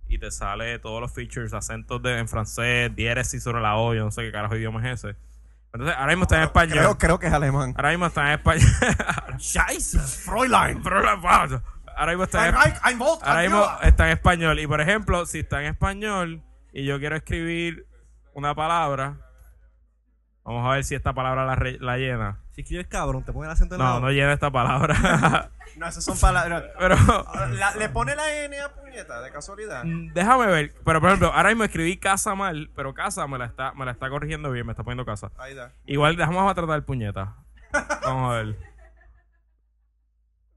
y te sale todos los features, acentos de, en francés, diéresis sobre la O, yo no sé qué carajo idioma es ese. Entonces, ahora mismo está en español. Creo, creo que es alemán. Ahora mismo está en español. Fräulein. Pero la- ahora mismo está en español. Ein Volt, Ahora ein mismo Müller. está en español. Y por ejemplo, si está en español y yo quiero escribir una palabra, vamos a ver si esta palabra la, re- la llena. Si escribes cabrón, te ponen el acento en la No, no llena esta palabra. No, esas son palabras. Pero La- ¿Le pone la N a puñeta, de casualidad? mm, déjame ver. Pero por ejemplo, ahora mismo escribí casa mal, pero casa me la está, me la está corrigiendo bien, me está poniendo casa. Ahí da. Igual dejamos a tratar puñeta. Vamos a ver.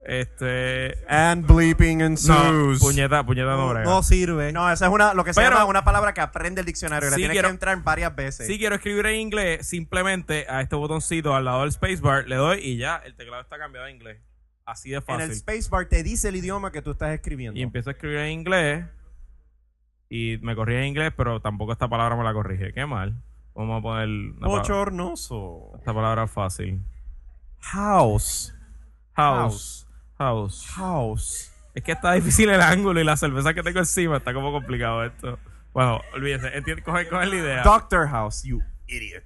Este. And bleeping No, ensues. puñeta, puñeta no brega. no sirve. No, esa es una, lo que se Pero- llama una palabra que aprende el diccionario. La Sí, tienes quiero- que entrar varias veces. Si quiero escribir en inglés, simplemente a este botoncito al lado del spacebar le doy y ya el teclado está cambiado a inglés. Así de en el fácil. spacebar te dice el idioma que tú estás escribiendo. Y empiezo a escribir en inglés y me corrige en inglés, pero tampoco esta palabra me la corrige. Qué mal. Vamos a poner una pa- Bochornoso. esta palabra fácil. House. House. House. House. Es que está difícil el ángulo y la cerveza que tengo encima. Está como complicado esto. Bueno, olvídense. Entiende, coge, coge la idea. Doctor House, you idiot.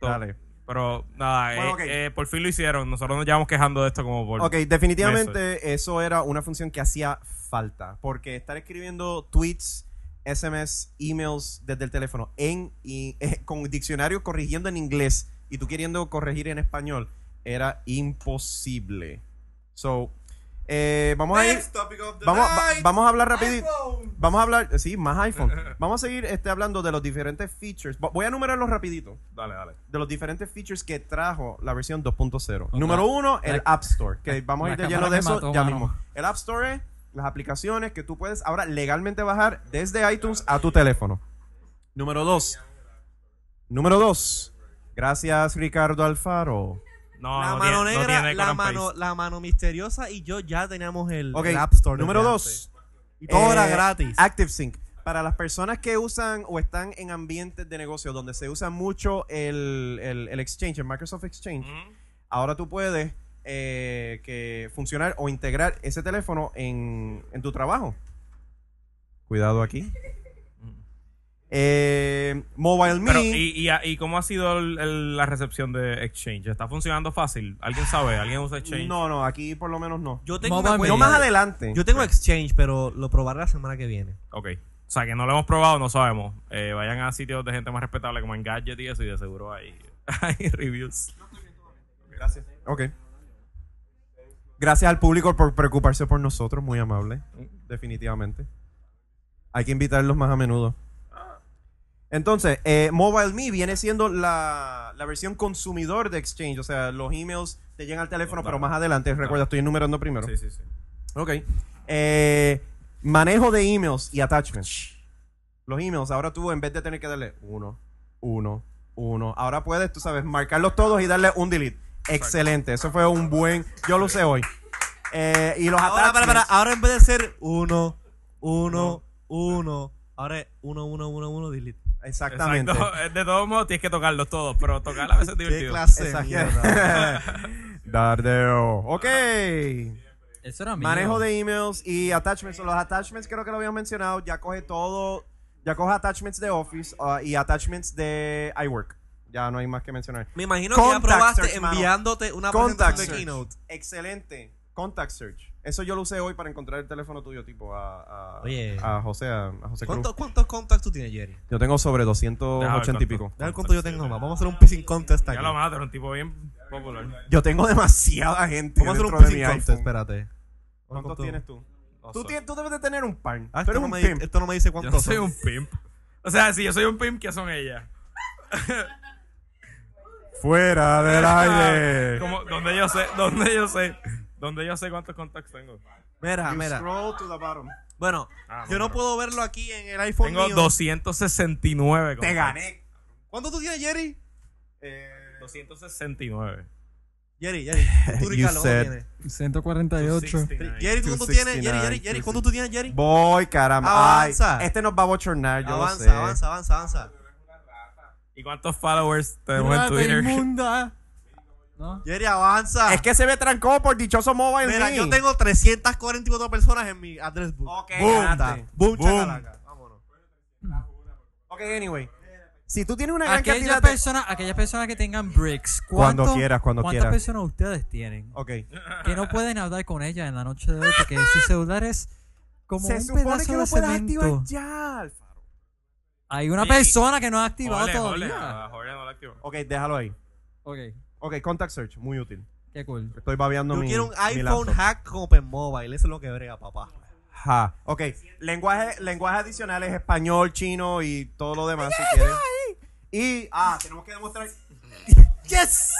Dale. Pero nada, Bueno, eh, ok. eh, por fin lo hicieron. Nosotros nos llevamos quejando de esto como por... Ok, definitivamente eso era una función que hacía falta. Porque estar escribiendo tweets, SMS, emails desde el teléfono en, y, eh, con diccionario corrigiendo en inglés y tú queriendo corregir en español era imposible. So, eh, vamos a ir. Vamos, va- vamos a hablar rapidito. Vamos a hablar. Sí, más iPhone. Vamos a seguir este, hablando de los diferentes features. Vo- Voy a numerarlos rapidito. Dale, dale. de los diferentes feetures que trajo la versión 2.0. Otra. Número uno, el La- App Store. Que vamos a la ir de cámara lleno de me eso mató, ya mano. mismo. El App Store es las aplicaciones que tú puedes ahora legalmente bajar desde iTunes a tu teléfono. Número dos. Número dos. Gracias, Ricardo Alfaro. No, la no mano tiene- no negra, tiene la, Conan mano, Pace. la mano misteriosa y yo ya teníamos el, Ok, el App Store. número desde dos. antes. ah, Y todo eh, era gratis. ActiveSync. para las personas que usan o están en ambientes de negocio donde se usa mucho el, el- el Exchange, el Microsoft Exchange, Ujú. ahora tú puedes eh, que funcionar o integrar ese teléfono en, en tu trabajo. Cuidado aquí. Mm. Eh, Mobile Pero, Me. ¿y, y, y cómo ha sido el- el- la recepción de Exchange? ¿Está funcionando fácil? ¿Alguien sabe? ¿Alguien usa Exchange? No, no, aquí por lo menos no. Yo tengo Mobile una cuenta- no más adelante. Yo tengo Exchange, pero lo probaré la semana que viene. Ok. O sea, que no lo hemos probado, no sabemos. Eh, vayan a sitios de gente más respetable como Engadget y eso y de seguro hay, hay reviews. Gracias. Ok. Gracias al público por preocuparse por nosotros, muy amable. Definitivamente. Hay que invitarlos más a menudo. Entonces, eh, MobileMe viene siendo la, la versión consumidor de Exchange. O sea, los emails te llegan al teléfono, pero Claro. más adelante. Recuerda, estoy enumerando primero. Sí, sí, sí. Ok. Eh, manejo de emails y attachments. Los emails, ahora tú en vez de tener que darle uno, uno, uno, ahora puedes, tú sabes, marcarlos todos y darle un delete. Excelente, eso fue un buen. Yo lo usé hoy. Eh, y los Ahora, para, attachments. para, ahora en vez de ser 1, 1, 1, ahora es 1, 1, 1, 1, delete. Exactamente. Exacto. Eh, De todos modos, tienes que tocarlos todos, pero tocar a veces es divertido. Exacto. Dardeo. Ok. Eso era mío. Manejo de emails y attachments. Los attachments creo que lo habíamos mencionado. Ya coge todo. Ya coge attachments de Office uh, y attachments de iWork. Ya no hay más que mencionar. Me imagino Contact que ya probaste search, mano. enviándote una Contact presentación search. de Keynote. Excelente. Contact search. Eso yo lo usé hoy para encontrar el teléfono tuyo, tipo, a, a, Oye. a José, a, a José Cruz. ¿Cuántos, ¿Cuántos contacts tú tienes, Jerry? Yo tengo sobre Déjame ver 280 y cuánto- pico. Dame cuánto yo tengo más. Vamos a hacer un pissing contest aquí. Ya lo mato, era un tipo bien popular. Yo tengo demasiada gente Vamos a hacer dentro un de mi pissing iPhone. contest, espérate. ¿Cuántos tienes tú? No Tú, sé. tienes- tú debes de tener un par. Ah, esto, Tú eres no un me, pimp. di- esto no me dice Yo cuántos no soy son. un pimp. O sea, si yo soy un pimp, ¿qué son ellas? Fuera del aire. Ah, Como, donde yo sé, donde yo sé, donde yo sé cuántos contacts tengo. Mira, You Ah, mira. Scroll to the bottom. Bueno, Ah, yo no, no no. puedo verlo aquí en el iPhone Tengo mío. 269 Te contacts. gané. ¿Cuántos tú tienes, Jerry? Eh, 269. Jerry, Jerry. Tú, You Ricardo, said- ¿cuántos tienes? 148. 69. Jerry, ¿tú cuántos tienes? Jerry, Jerry, Jerry, 269, ¿cuántos tú tienes, Jerry? Voy, caramba. Ay, Avanza. este nos va a bochornar, yo lo sé. Avanza, avanza, avanza, avanza. ¿Y cuántos followers tenemos en Twitter? Jerry, avanza. Es que se me trancó por dichoso mobile. Mira, Me. yo tengo 344 personas en mi address book. Ok, boom, ganaste. boom, Boom. chacalaca. Vámonos. Ok, anyway. Si tú tienes una gran Aquellas cantidad de... personas, aquellas personas que tengan bricks, Cuando ¿cuántos- quieras, cuando ¿cuántas quieras. personas ustedes tienen? Ok. Que no pueden hablar con ella en la noche de hoy porque su celular es como Se un supone pedazo que lo de puedes cemento. activar ya, Alfaro. Hay una Oye, persona que no ha activado Jole, jole, todavía. a Jole ah, no lo activó. Ok, déjalo ahí. Ok, Ok, contact search, muy útil. qué cool. Estoy babeando Yo mi quiero un mi iPhone laptop. hack con Open Mobile. Eso es lo que brega, papá. Ja. Ok, lenguaje, lenguaje adicional es español, chino y todo lo demás, si quieres. Y, ah, tenemos que demostrar... ¡Yes!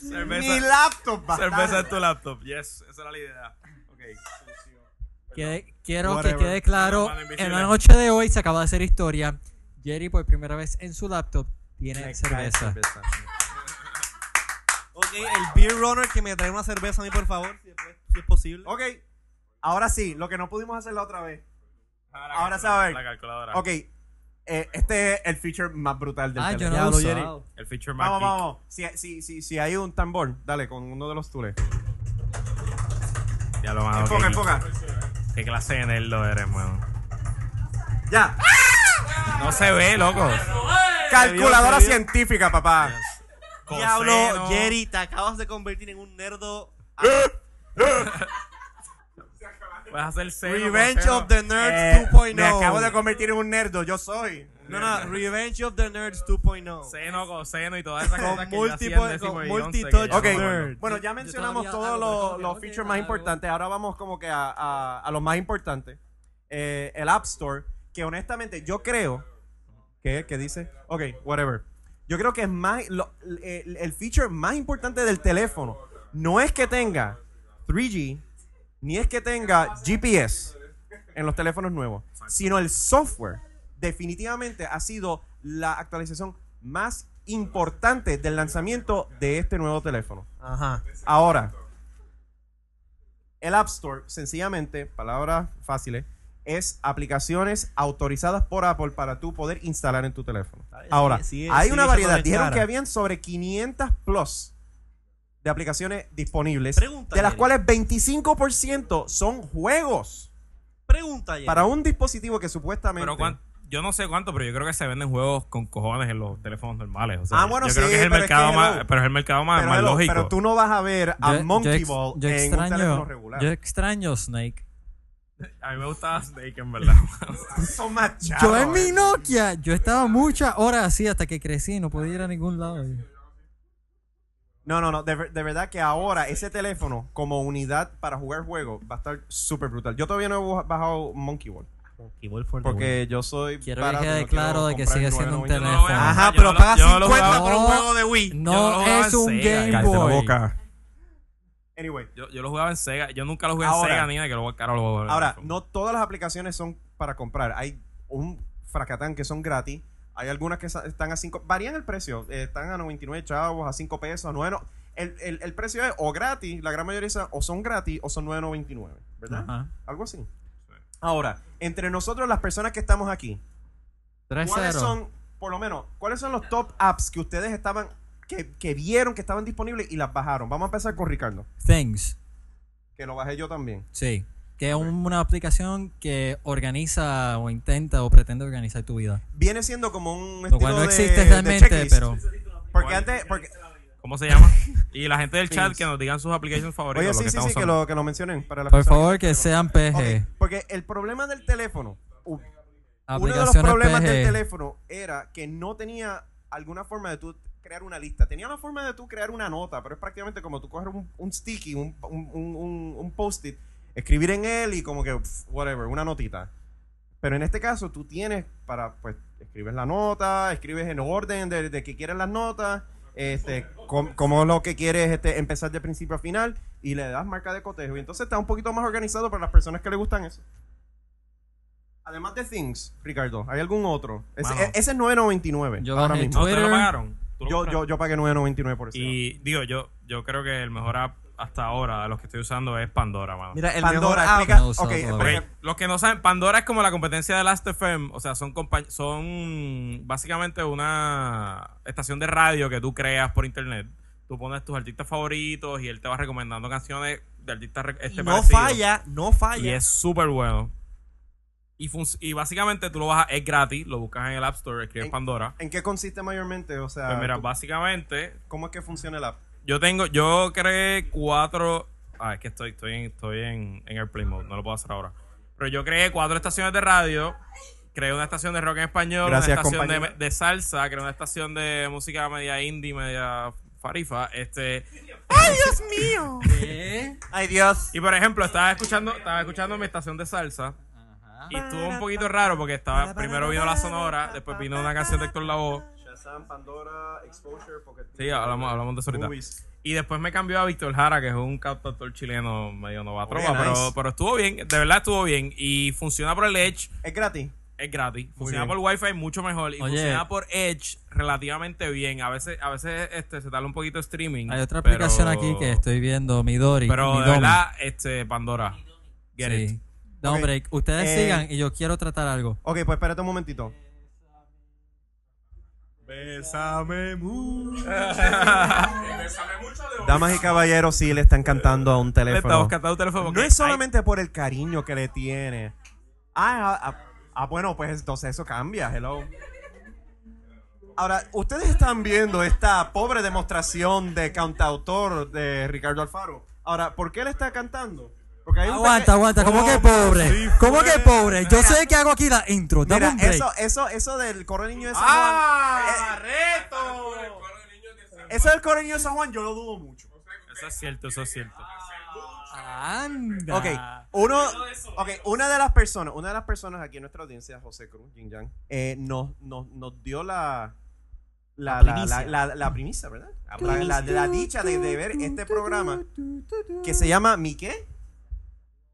Mi Cerveza, laptop, cerveza en bastardo. tu laptop. Yes, esa era la idea. Ok. Que- quiero Whatever. que quede claro, Hermano invisible. en la noche de hoy se acaba de hacer historia. Jerry por primera vez en su laptop tiene Me cae cerveza. cerveza. Ok, el Beer Runner que me trae una cerveza a mí, por favor, si, después- si es posible. Ok, ahora sí, lo que no pudimos hacer la otra vez. Ah, la Ahora calculadora, sabe. La calculadora. Ok, eh, este es el feature más brutal del Ah, yo teléfono. no lo he Jerry. usado. El feature más Vamos, geek. vamos. Si, si, si, si hay un tambor, dale con uno de los tules. Ya lo más. Enfoca, Ah, ok. enfoca. ¿Qué clase de nerd lo eres, mano? Ya. No se ve, loco. Calculadora se vio. científica, papá. Diablo, Coseno. Jerry, te acabas de convertir en un nerdo. Puedes hacer seno, Revenge coseno. of the Nerds Eh, 2.0. me acabo de convertir en un nerdo, yo soy. No, no, Revenge of the Nerds oh. 2.0. Seno, coseno y todas esas Con cosas que yo hacía múltiple- en décimo con y once, que multitouch ya no Ok, me acuerdo. nerd. bueno, ya mencionamos todavía todos hago los, recortes, los ok, Ah, features más algo. importantes. Ahora vamos como que a, a- a los más importantes. Eh, el App Store, que honestamente yo creo... ¿Qué? ¿Qué dice? Ok, whatever. Yo creo que es más... lo- el, el feature más importante del teléfono no es que tenga 3G, ni es que tenga GPS en los teléfonos nuevos, sino el software definitivamente ha sido la actualización más importante del lanzamiento de este nuevo teléfono. Ajá. Ahora, el App Store, sencillamente, palabras fáciles, ¿eh? es aplicaciones autorizadas por Apple para tú poder instalar en tu teléfono. bien, Ahora, sigue- sigue- hay sigue una echando variedad. en Dijeron cara. que habían sobre 500 plus de aplicaciones disponibles, Pregunta, de las Jerry. cuales 25% son juegos Pregunta, Jerry. para un dispositivo que supuestamente... Pero cuán- yo no sé cuánto, pero yo creo que se venden juegos con cojones en los teléfonos normales. o sea, Ah, bueno, yo creo sí, que es el pero es que mercado más, hello. pero es el mercado más, pero, Ah, más hello, lógico. pero tú no vas a ver a Yo- yo Monkey ex- Ball yo en un teléfono regular. Yo extraño Snake. A mí me gustaba Snake, en verdad. Son más Yo chavos, en mi eh. Nokia, yo estaba muchas horas así hasta que crecí y no podía ir a ningún lado. No, no, no. De, ver- de verdad que ahora ese teléfono como unidad para jugar juegos va a estar súper brutal. Yo todavía no he bu- bajado Monkey Ball. Y voy for the win. Porque yo soy. Quiero barato, que y quede no claro quiero de que comprar sigue el siendo un 9.99. teléfono. Ajá, yo pero lo- paga yo lo 50 por jugaba- un No, juego de Wii. Yo No lo jugaba es en un Sega, Game cállate la Boy. Anyway, Yo, yo lo jugaba en Sega. Yo nunca lo jugué Ahora- en Sega ni de que lo cara lo voy a jugar en ahora, iPhone. no todas las aplicaciones son para comprar. Hay un fracatán que son gratis. Hay algunas que sa- están a 5. Varían el precio. Eh, están a 99 chavos, a 5 pesos, a 9. no- El, el, el precio es o gratis, la gran mayoría son- o son gratis o son 9.99. ¿Verdad? Ajá. Algo así. Ahora, entre nosotros, las personas que estamos aquí, ¿cuáles 3-0. son, por lo menos, cuáles son los top apps que ustedes estaban, que, que vieron que estaban disponibles y las bajaron? Vamos a empezar con Ricardo, Things. que lo bajé yo también. Sí. Que es una aplicación que organiza o intenta o pretende organizar tu vida. Viene siendo como un estilo Lo cual no de- existe de realmente, checklist. pero. Porque antes, porque- ¿Cómo se llama? Y la gente del chat Things. que nos digan sus aplicaciones favoritas. oye, lo sí, sí, estamos sí, que usando. lo, que lo mencionen para la Por favor, que sean PG. porque el problema del teléfono, u- uno de los Aplicaciones problemas del PG. teléfono era que no tenía alguna forma de tú crear una lista. Tenía la forma de tú crear una nota, pero es prácticamente como tú coger un, un sticky, un, un, un- un- un post-it, escribir en él y como que, pf, whatever, una notita. Pero en este caso tú tienes para, pues, escribes la nota, escribes en orden de, de que quieres las notas, este, com- como lo que quieres este, empezar de principio a final y le das marca de cotejo. Y entonces está un poquito más organizado para las personas que le gustan eso. Además de Things, Ricardo, ¿hay algún otro? Ese, Mano. ese es 9.99. Yo ahora bajé mismo. No, ¿ustedes Twitter. lo pagaron? ¿Tú lo Yo, compraste? yo, yo pagué 9.99 por eso. Y digo, yo, yo creo que el mejor app hasta ahora de los que estoy usando es Pandora, mano. Mira, el mejor Pandora, app- explica. No he usado ok, todavía. porque- Ok, Los que no saben, Pandora es como la competencia de Last.fm. O sea, son, compa- son básicamente una estación de radio que tú creas por internet. Tú pones tus artistas favoritos y él te va recomendando canciones de artistas re- este no parecido. falla, no falla. Y es súper bueno. Y, func- y básicamente tú lo bajas, es gratis, lo buscas en el App Store, escribes En- Pandora. ¿En qué consiste mayormente? O sea, Pues mira, tú- básicamente ¿cómo es que funciona el app? Yo tengo, yo creé cuatro. Ah, es que estoy, estoy, en, estoy en, en Airplane Mode, no lo puedo hacer ahora. Pero yo creé cuatro estaciones de radio. Creé una estación de rock en español, Gracias, una estación de, compañero. de salsa, creé una estación de música media indie, media farifa. Este, ¡Ay, Dios! y por ejemplo, estaba escuchando, estaba escuchando mi estación de salsa. Y estuvo un poquito raro porque estaba primero vino la sonora, después vino una canción de Héctor Lavoe. Shazam, Pandora, Exposure, Pocket... Sí, hablamos, hablamos de eso ahorita. Movies. Y después me cambió a Víctor Jara, que es un cantautor chileno medio novato. Oye, pero, nice. pero estuvo bien, de verdad estuvo bien. Y funciona por el Edge, Es gratis. es gratis. Funciona bien. por Wi-Fi mucho mejor. Y Oye. funciona por Edge relativamente bien. A veces, a veces este, se tarda un poquito de streaming. Hay otra pero- aplicación aquí que estoy viendo, Midori. Pero de Midomi. verdad, este, Pandora. Get Sí. it. No, Ok. break. Ustedes Eh, sigan y yo quiero tratar algo. Ok, pues espérate un momentito. Damas y caballeros, sí le están cantando a un Le estamos teléfono. cantando el teléfono. No porque es solamente por el cariño que le tiene. Ah, ah, ah, ah, bueno, pues entonces eso cambia, hello. Ahora, ustedes están viendo esta pobre demostración de cantautor de Ricardo Alfaro. Ahora, ¿por qué le está cantando? Porque hay un Aguanta, peque- aguanta. ¿Cómo que pobre? ¿Cómo que pobre? Yo sé que hago aquí la intro. Dame Mira, un break. eso, eso, eso del correo niño de San Juan. ¡Ah! eh, eso del correo niño de San Juan yo lo dudo mucho. Eso es cierto, eso es cierto. Anda. Ok, uno, ok, una de las personas, una de las personas aquí en nuestra audiencia, José Cruz, Jin Yang, eh, nos, nos, nos dio la la, la, la, la- la premisa, ¿verdad? La, la- la dicha de, de ver este programa que se llama ¿Mi qué?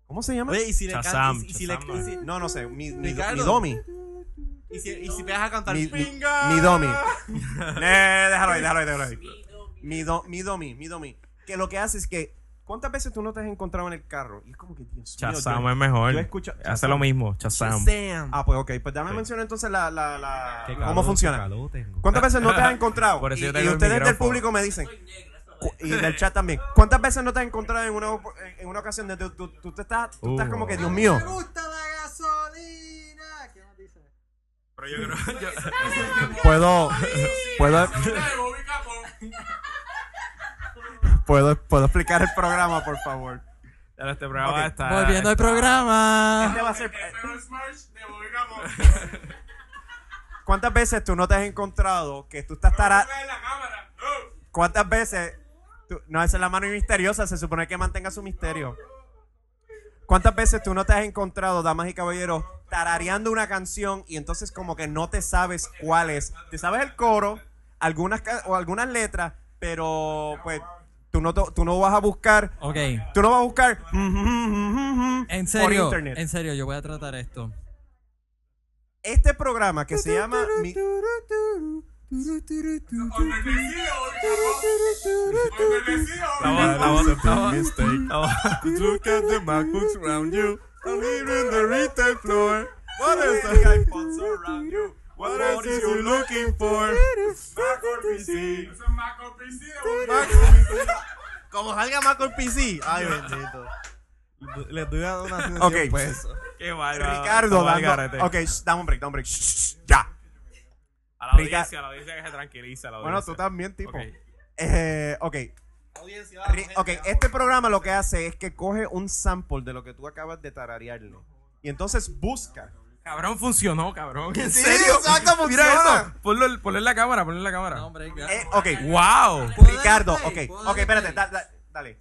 ¿Cómo se llama? Oye, y si le Shazam, cantas, y si le Shazam, y si- No, no sé, mi, mi, Ricardo. mi domi. y si- y si te vas a cantar Mi, mi, "Pinga". mi domi. Eh, déjalo ahí, déjalo ahí, déjalo ahí. Mi, do- mi domi, mi domi. Que lo que hace es que ¿Cuántas veces tú no te has encontrado en el carro? Y es como que, Dios mío, Chazam yo- es mejor. yo escucho- Hace Shazam. lo mismo, Chazam. Ah, pues ok, pues dame mencionar entonces la, la, la- cómo funciona. ¿Cuánto? ¿Cuántas veces no te has encontrado? Por eso y yo y tengo el ustedes del micrófono. público me dicen. cu- Y del chat también. ¿Cuántas veces no te has encontrado en una, op- en- en una ocasión donde tú, tú- tú te estás, tú estás Uh. como que, Dios mío? gusta la gasolina! ¿Qué más dice? Pero yo creo. yo- Puedo, puedo, puedo, puedo explicar el programa, por favor. Pero este programa Ok, está. Volviendo al Este programa. va a ser- ¿Cuántas veces tú no te has encontrado que tú estás tara- ¿Cuántas veces? tú- no, esa es la mano misteriosa, se supone que mantenga su misterio. ¿Cuántas veces tú no te has encontrado, damas y caballeros, tarareando una canción y entonces como que no te sabes cuál es? Te sabes el coro, algunas ca- o algunas letras, pero pues tú no, to- tú no vas a buscar, Ok. tú no vas a buscar mm, mm, mm, mm, En por serio, internet. en serio, yo voy a tratar esto. Este programa que se llama Mi- Estamos- estamos- estamos- estamos- Look at the MacBooks around you. I'm leaving the retail floor. What else The iPods around you. What else is you looking for? Como salga más con PC. Ay, bendito. Les doy una pues, donación. Ok. Qué bárbaro. Ricardo, Estamos al garete. dando, ok, shh, dame un break, dame un break. Shh, shh, shh, ya. A la audiencia, a la audiencia que se tranquiliza. a La Bueno, tú audiencia. también, tipo. Ok. Eh, ok. Ri- ok, este programa lo que hace es que coge un sample de lo que tú acabas de tararearlo. Y entonces busca. Cabrón, funcionó, cabrón. ¿En serio? Mira eso. Ponlo, ponlo en la cámara, ponlo en la cámara. No, hombre, ya. Eh, ok, ¡Wow! Ricardo, ok, play, puedo ok, darle espérate, play. da- da- dale.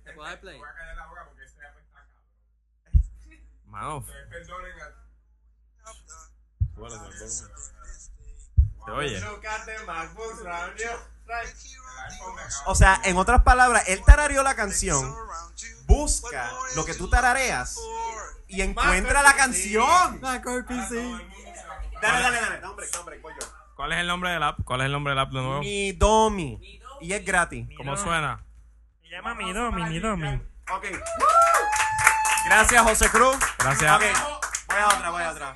Mano. ¿Te oye? O sea, en otras palabras, él tarareó la canción, busca lo que tú tarareas y encuentra la canción. Dale, dale, dale. Dame un break, dame un break, voy yo. ¿Cuál es el nombre del app? ¿Cuál es el nombre del app de nuevo? Mi Domi. Y es gratis. ¿Cómo suena? Se llama mi domi, mi domi. Ok. Gracias, José Cruz. Gracias. Ok. Voy a otra, voy a otra.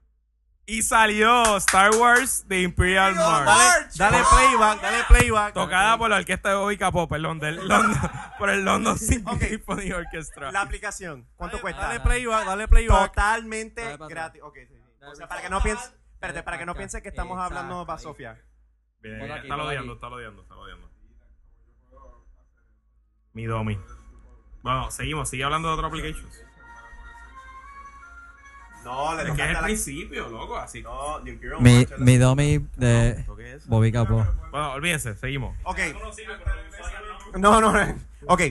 Y salió Star Wars de Imperial March. Dale, dale playback, dale playback. Tocada por la orquesta de Bobby Capó, perdón, del London, por el London Symphony Orchestra. La aplicación, ¿cuánto cuesta? Dale playback, dale playback. Totalmente Dale para atrás. gratis. Ok, sí, sí. O sea, Dale para para que no acá. pienses, espérate, Dale para que no para pienses que acá. estamos hablando Exacto, para ahí. Sofía. Bien, Ponlo aquí, está ponlo odiando, aquí. está odiando, está odiando. Mi domi. Bueno, seguimos, sigue hablando de otro applications. No, le Es que tocaste es el a la- Oh, principio, loco, así. No, de Imperial Mi, March, mi Domi de Bobby Capó. Bueno, olvídense, seguimos. Ok. No, no, no. Ok.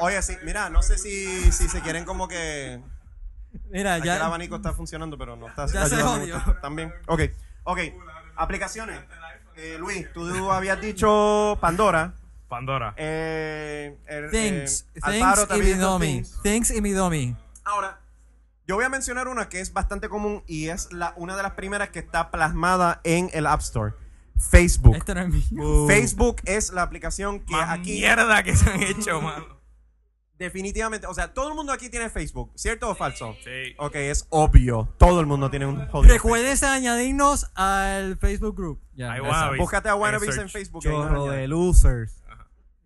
Oye, sí, mira, no sé si, si se quieren como que. Mira, Aquí el ya. abanico está funcionando, pero no está. Ya se ayudando jodió. mucho. También. Ok, ok. Aplicaciones. Eh, Luis, tú habías dicho Pandora. Pandora. Eh, el- eh, Things, Things y Alfaro también mi hizo Domi. Things. Things y mi Domi. Ahora, yo voy a mencionar una que es bastante común y es la, una de las primeras que está plasmada en el App Store. Facebook. Este no es mío. Facebook es la aplicación que Más aquí mierda que se han hecho, mano. definitivamente, o sea, todo el mundo aquí tiene Facebook, ¿cierto o falso? Sí. Ok, es obvio. Todo el mundo tiene un jodido. Facebook. Recuerdes añadirnos al Facebook Group. Ya. I wanna be- Búscate a Wannabes en search. Facebook. ahí nos Chorro añaden. de losers.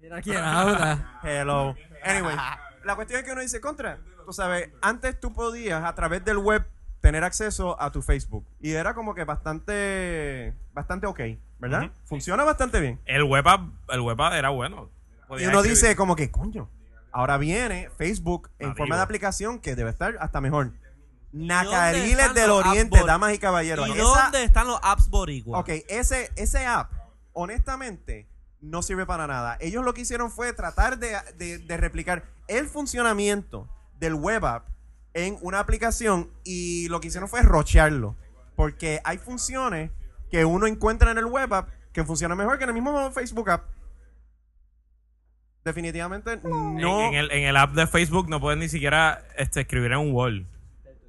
Mira quién habla. Hello. Anyway, la cuestión es que uno dice contra. Tú sabes, antes tú podías a través del web tener acceso a tu Facebook y era como que bastante, bastante ok, ¿verdad? Ujú. Funciona bastante bien. El web app, el web app era bueno. Y Podías uno escribir. dice como que, coño, ahora viene Facebook en Nativo. forma de aplicación que debe estar hasta mejor. dónde Nacariles están del los Oriente, Apple? damas y caballeros. ¿Y Esa- dónde están los apps boricuas? Ok, ese, ese app, honestamente, no sirve para nada. Ellos lo que hicieron fue tratar de, de- de replicar el funcionamiento del web app en una aplicación y lo que hicieron fue rochearlo. Porque hay funciones que uno encuentra en el web app que funcionan mejor que en el mismo Facebook app. Definitivamente no. En, en el, en el app de Facebook no puedes ni siquiera este, escribir en un wall.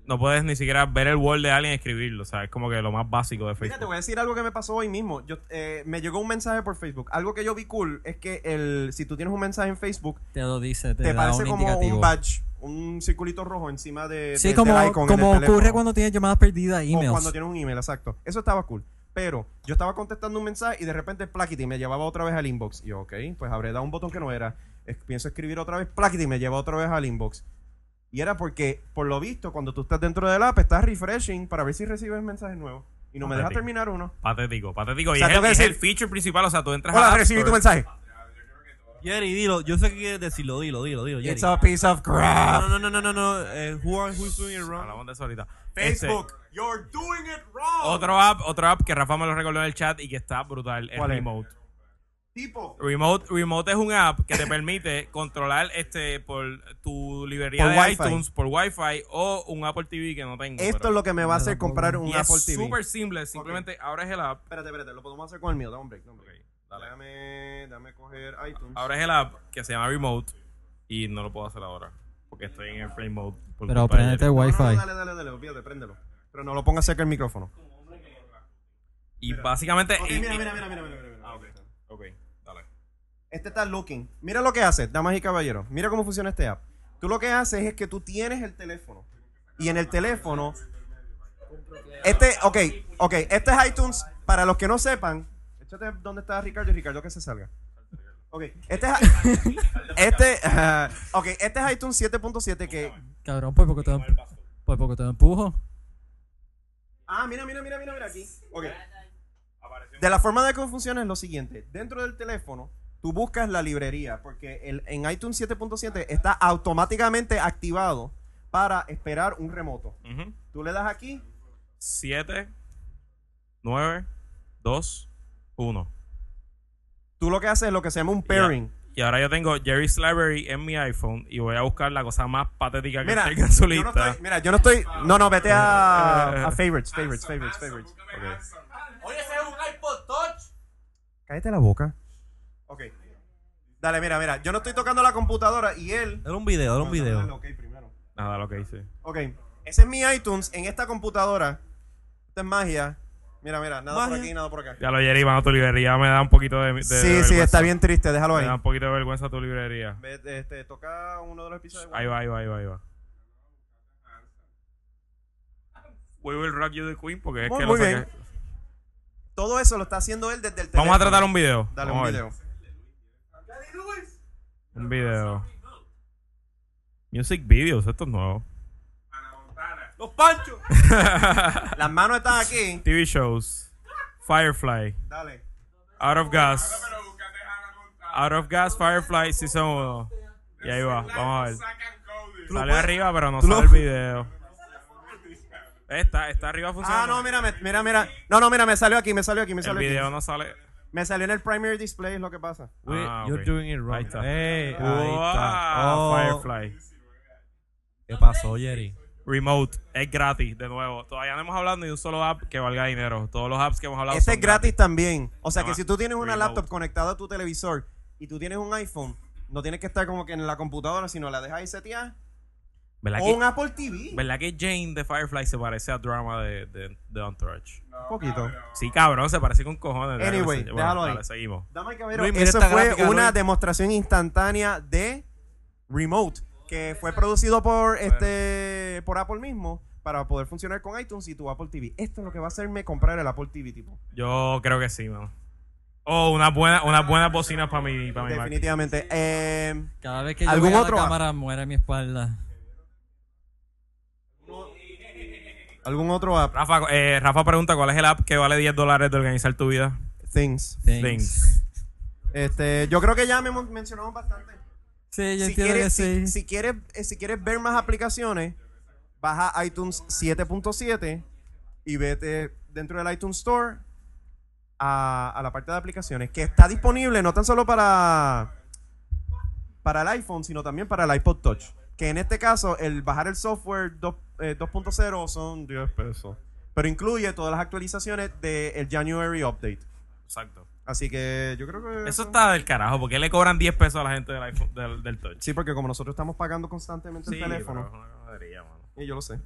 No puedes ni siquiera ver el wall de alguien y escribirlo. O sea, es como que lo más básico de Mira, te Facebook. voy a decir algo que me pasó hoy mismo. Yo, eh, me llegó un mensaje por Facebook. Algo que yo vi cool es que el, si tú tienes un mensaje en Facebook, Te lo dice, te, te da parece un este como indicativo. un badge, un circulito rojo encima de, Sí, de- como, del icon en como el teléfono. ocurre cuando tienes llamadas perdidas, emails. O cuando tienes un email, exacto. Eso estaba cool. Pero yo estaba contestando un mensaje y de repente plaquiti me llevaba otra vez al inbox. Y yo, ok, pues habré dado un botón que no era. Es- pienso escribir otra vez plaquiti me lleva otra vez al inbox. Y era porque, por lo visto, cuando tú estás dentro del app, estás refreshing para ver si recibes mensajes nuevos. Y no me deja Patético. terminar uno. Patético, patético. Y sea, es, tengo el, que y es decir- el feature principal. O sea, tú entras a Hola, recibí tu mensaje. Jerry, dilo. Yo sé que quieres decirlo. Dilo, dilo, dilo. Jerry. It's a piece of crap. No, no, no, no, no. no. Eh, who are, who's doing it wrong? Hablamos de eso ahorita. Facebook, Este, you're doing it wrong. otro, app, otro app que Rafa me lo recordó en el chat y que está brutal. Es ¿Cuál es? Remote. tipo. Remote, Remote es un app que te permite controlar este por tu librería Por de Wi-Fi. iTunes por Wi-Fi o un Apple TV que no tengo. Esto es lo que me va a hacer comprar un y Apple es TV. súper simple. Simplemente abres el app. Espérate, espérate, lo podemos hacer con el mío. Dame un break. Dame, un break. Ok, dale. Déjame, déjame coger iTunes. Abres el app que se llama Remote y no lo puedo hacer ahora porque estoy en Airplane Mode. por Pero culpa de prendete Jerry. No, no, no, Wi-Fi. dale, dale, dale, olvídate, préndelo. Pero no lo pongas cerca del micrófono. Eh, Y básicamente. Ok, y- mira, y- mira, mira, mira, mira, mira. eh, Ah, ok. Ok, dale. Este está looking. Mira lo que hace, damas y caballeros. Mira cómo funciona este app. Tú lo que haces es que tú tienes el teléfono. Y en el teléfono. Este, ok, ok. Este es iTunes. Para los que no sepan, échate dónde está Ricardo y Ricardo que se salga. Ok, este es. este, ah, ok, este es iTunes 7.7 que. Cabrón, por poco te lo, por poco te lo empujo. Ah, mira, mira, mira, mira, mira aquí. Ok. De la forma de cómo funciona es lo siguiente. Dentro del teléfono, tú buscas la librería, porque el, en iTunes 7.7 está automáticamente activado para esperar un remoto. Ujú. Tú le das aquí, 7, 9, 2, 1. tú lo que haces es lo que se llama un pairing. Y ahora yo tengo Jerry's Library en mi iPhone y voy a buscar la cosa más patética que Mira, tenga en su yo no lista. estoy, mira, yo no estoy. No, no, vete a, a favorites, favorites, favorites, favorites. Ok. Oye, ese es un iPod Touch. Cállate la boca. Ok. Dale, mira, mira. Yo no estoy tocando la computadora y él. Era un video, era un Dale, video. ok, primero. Nada, lo que hice. Ok, ese es mi iTunes en esta computadora. Esta es magia. Mira, mira, nada por Magia. aquí, nada por acá. Ya lo Jerry, mano, tu librería me da un poquito de. de sí, vergüenza. sí, está bien triste, déjalo Me ahí. da un poquito de vergüenza tu librería. Ve, Este, toca uno de los episodios. Ahí va, ahí va, ahí va, ahí va. We will rock you the queen porque es Muy- que muy lo saqué. bien. Todo eso lo está haciendo él desde el teléfono. Vamos a tratar un video. Dale Vamos un a ver. video. Un video. Music videos, esto es nuevo. ¡Los panchos! Las manos están aquí. TV shows. Firefly. Dale. Out of Gas. Out of Gas, Firefly, Season 1. Y ahí va, vamos a ver. Sale arriba, pero no sale el video. Eh, Está, está arriba Ah, funcionando. no, mira, me- mira, mira. No, no, mira, me salió aquí, me salió aquí, me El salió aquí. video no sale. Me salió en el primary display, es lo que pasa. Ah, ok. You're doing it wrong. Ahí está. Eh, ahí Wow, está. Oh, Firefly. ¿Qué pasó, Jerry? Remote. Es gratis, de nuevo. Todavía no hemos hablado ni de un solo app que valga dinero. Todos los apps que hemos hablado Este son es gratis también. O sea Se que llama si tú tienes una Remote. laptop conectada a tu televisor y tú tienes un iPhone, no tienes que estar como que en la computadora, sino la dejas ahí seteada. ¿Verdad O que, Oh, un Apple TV. verdad que Jane de Firefly se parece a drama de, de, de Entourage? Un poquito. Sí, cabrón, se parece con cojones. Déjame Anyway, enseñar- déjalo ahí. dale, seguimos. Dama y caballero, Luis, mira eso esta fue gráfica, una Luis. demostración instantánea de Remote, que fue producido por este por Apple mismo para poder funcionar con iTunes y tu Apple TV. Esto es lo que va a hacerme comprar el Apple TV, tipo. Yo creo que sí, mano. Oh, unas buenas unas buenas bocinas para mi, para mi Mac. Definitivamente. Eh, Cada vez que yo ¿Algún voy a otro la app? cámara muere mi espalda. ¿Algún otro app? Rafa, eh, Rafa pregunta cuál es el app que vale 10 dólares de organizar tu vida. Things. Thanks. Things. Este, yo creo que ya me hemos mencionado bastante. Sí, yo Si entiendo quieres, que sí. si, si quieres, eh, si quieres ver más aplicaciones, baja iTunes 7.7 y vete dentro del iTunes Store a, a la parte de aplicaciones que está disponible no tan solo para, para el iPhone, sino también para el iPod Touch. Que en este caso, el bajar el software dos- eh, 2.0 son 10 pesos. Pero incluye todas las actualizaciones del January Update. Exacto. Así que yo creo que. Eso está del carajo, porque le cobran 10 pesos a la gente del, iPhone, del, del Touch. Sí, porque como nosotros estamos pagando constantemente el teléfono. pero es una ganadería, mano. Y yo lo sé.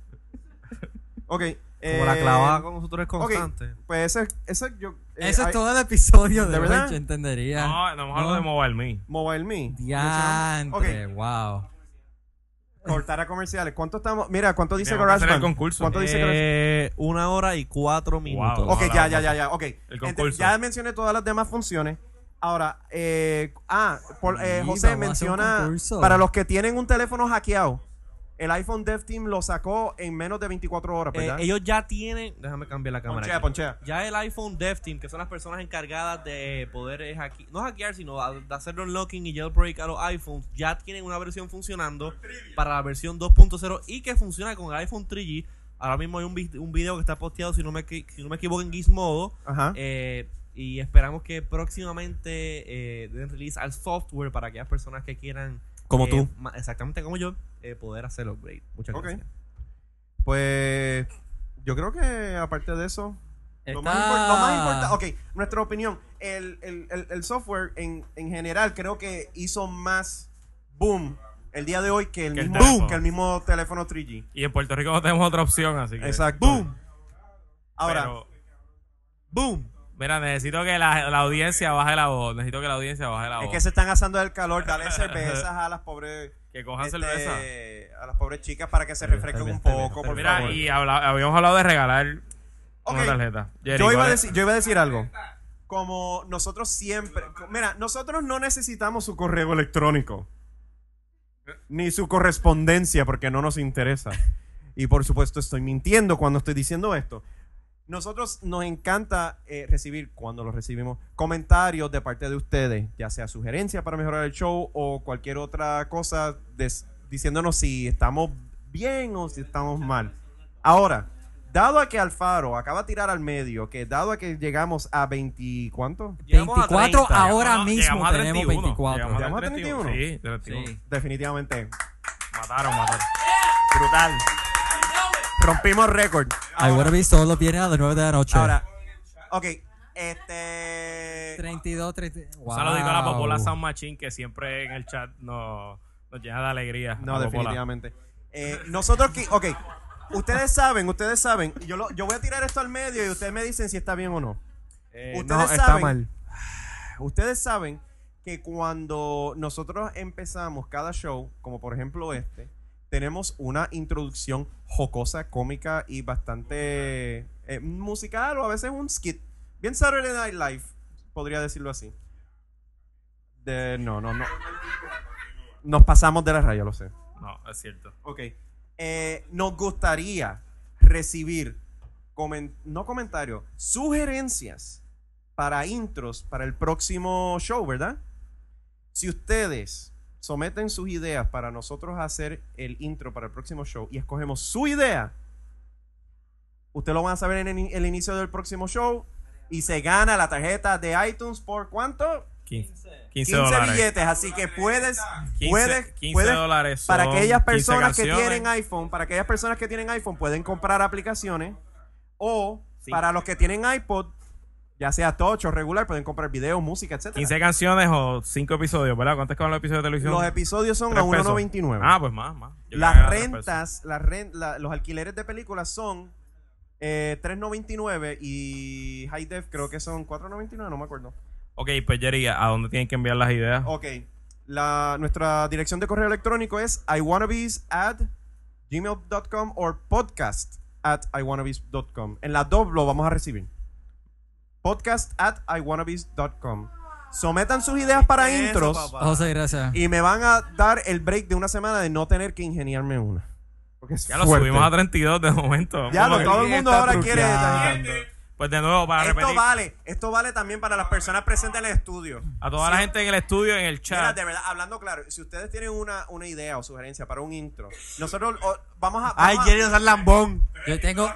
ok. eh, Como la clavada con nosotros es constante. Pues ese, ese yo. eh, Ese hay- es todo el episodio ¿De de verdad? Bench, entendería. No, a lo mejor No. lo de Mobile Me. Mobile Me. Diantre, Ok. wow. Cortar a comerciales. ¿Cuánto estamos? Mira, ¿cuánto dice Tenemos que hacer el GarageBand? concurso. ¿Cuánto dice GarageBand? Eh, una hora y cuatro minutos. Ok, Ojalá, ya, ya, ya, ya. Ok. Ente- concurso. ya mencioné todas las demás funciones. Ahora, eh, ah, por- eh, Sí, José vamos a hacer un menciona concurso. para los que tienen un teléfono hackeado, el iPhone Dev Team lo sacó en menos de 24 horas, Eh, ¿verdad? ellos ya tienen. Déjame cambiar la cámara. ponchea, aquí. ponchea. Ya el iPhone Dev Team, que son las personas encargadas de poder eh, hacke- no hackear, sino a- de hacer unlocking y jailbreak a los iPhones, ya tienen una versión funcionando para la versión 2.0 y que funciona con el iPhone 3G. Ahora mismo hay un, vi- un video que está posteado, si no me, equi- si no me equivoco, en Gizmodo. Ajá. Eh, y esperamos que próximamente eh, den release al software para aquellas personas que quieran. Como eh, tú. ma- Exactamente como yo, eh, poder hacer el upgrade. Muchas Ok. gracias. Pues yo creo que aparte de eso, lo más, Está- impor- lo más importante, ok, nuestra opinión, el, el- el- el software en, en general creo que hizo más boom el día de hoy que el, Que el mismo, teléfono. que el mismo teléfono 3G. Y en Puerto Rico no tenemos otra opción, así que. Exacto. Boom. Ahora, Pero, boom. mira, necesito que la, la audiencia baje la voz. Necesito que la audiencia baje la Es voz. que se están asando del calor, dale cervezas a las pobres Que cojan este, cerveza. a las pobres chicas para que se refresquen un poco, por Mira, favor. y habla- habíamos hablado de regalar Ok. una tarjeta. Jerry, yo, iba ¿cuál a es? decir, yo iba a decir algo. Como nosotros siempre. co- Mira, nosotros no necesitamos su correo electrónico. Ni su correspondencia, porque no nos interesa. Y por supuesto, estoy mintiendo cuando estoy diciendo esto. Nosotros nos encanta eh, recibir, cuando los recibimos, comentarios de parte de ustedes, ya sea sugerencia para mejorar el show o cualquier otra cosa, des- diciéndonos si estamos bien o si estamos mal. Ahora, dado a que Alfaro acaba de tirar al medio, que dado a que llegamos a 20, ¿cuánto? Llegamos a 24 30. ahora Llegamos- mismo llegamos a tenemos 31. 24. Llegamos ¿Llegamos a a 31. 31? Sí, 31. Sí. Definitivamente. Mataron, mataron. Brutal. Rompimos récord. I wanna be solo viene a las 9 de la noche. Ahora, ok, este... 32, 30. Un saludito a la Popola San Machín que siempre en el chat nos, nos llena de alegría. No, La Popola. definitivamente. Eh, nosotros, qui- ok, ustedes saben, ustedes saben, yo, lo- yo voy a tirar esto al medio y ustedes me dicen si está bien o no. ustedes saben, Ustedes saben que cuando nosotros empezamos cada show, como por ejemplo este, tenemos una introducción jocosa, cómica y bastante eh, musical o a veces un skit. Bien Saturday Night Live, podría decirlo así. De, no, no, no. Nos pasamos de la raya, lo sé. No, es cierto. Ok. Eh, nos gustaría recibir, comen- no comentarios, sugerencias para intros para el próximo show, ¿verdad? Si ustedes someten sus ideas para nosotros hacer el intro para el próximo show y escogemos su idea, ustedes lo van a saber en el, in- el inicio del próximo show y se gana la tarjeta de iTunes por cuánto? 15, 15 15 dólares. billetes, así que puedes, 15, puedes, 15 puedes dólares. para son aquellas 15 personas que canciones. tienen iPhone, para aquellas personas que tienen iPhone pueden comprar aplicaciones o Sí. para los que tienen iPod, ya sea touch o regular, pueden comprar videos, música, etcétera. 15 canciones o 5 episodios, ¿verdad? ¿Cuántos que van los episodios de televisión? Los episodios son a Tres pesos. 1.99. Ah, pues más, más. Yo creo que las era tres pesos. rentas, las ren- la- los alquileres de películas son eh, 3.99 y High Def creo que son 4.99, no me acuerdo. Ok, pues Jerry, ¿a dónde tienen que enviar las ideas? Ok. La, nuestra dirección de correo electrónico es iwannabes at gmail.com o podcast at iwannabes.com. En la doble lo vamos a recibir. Podcast at iwannabes.com. Sometan sus ideas para Eso, intros papá. José, gracias. y me van a dar el break de una semana de no tener que ingeniarme una. Porque es Ya lo fuerte. subimos a 32 de momento. Ya Como lo, que- todo el mundo ahora quiere. Pues de nuevo, para Esto repetir, vale, esto vale también para las personas presentes en el estudio. a toda la gente en el estudio, en el Mira, chat. de verdad, hablando claro, si ustedes tienen una, una idea o sugerencia para un intro, nosotros o- vamos a. Ay, vamos a- Jerry, no seas lambón. Yo tengo,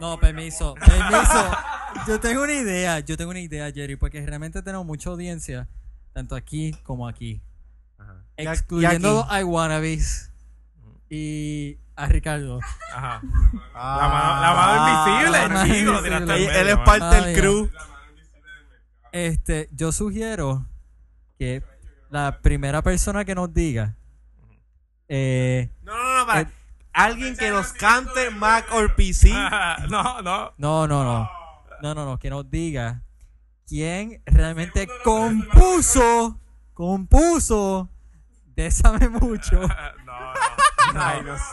No, permiso, permiso. Yo tengo una idea, yo tengo una idea, Jerry, porque realmente tenemos mucha audiencia, tanto aquí como aquí. Excluyendo a los iWannabes y a Ricardo. Ajá. la mano, la Ah, mano la mano invisible, chico. invisible. tiraste al Él- medio, Él es mano. parte Ah, del ya. crew. Este, yo sugiero que la primera persona que nos diga eh, No, no, no, para. Alguien que nos cante Mac or PC. Ah, No, no. No, no, no. No, no, no. Que nos diga quién realmente compuso, compuso. Désame mucho. Ah, No, no. No, Ay, no sé.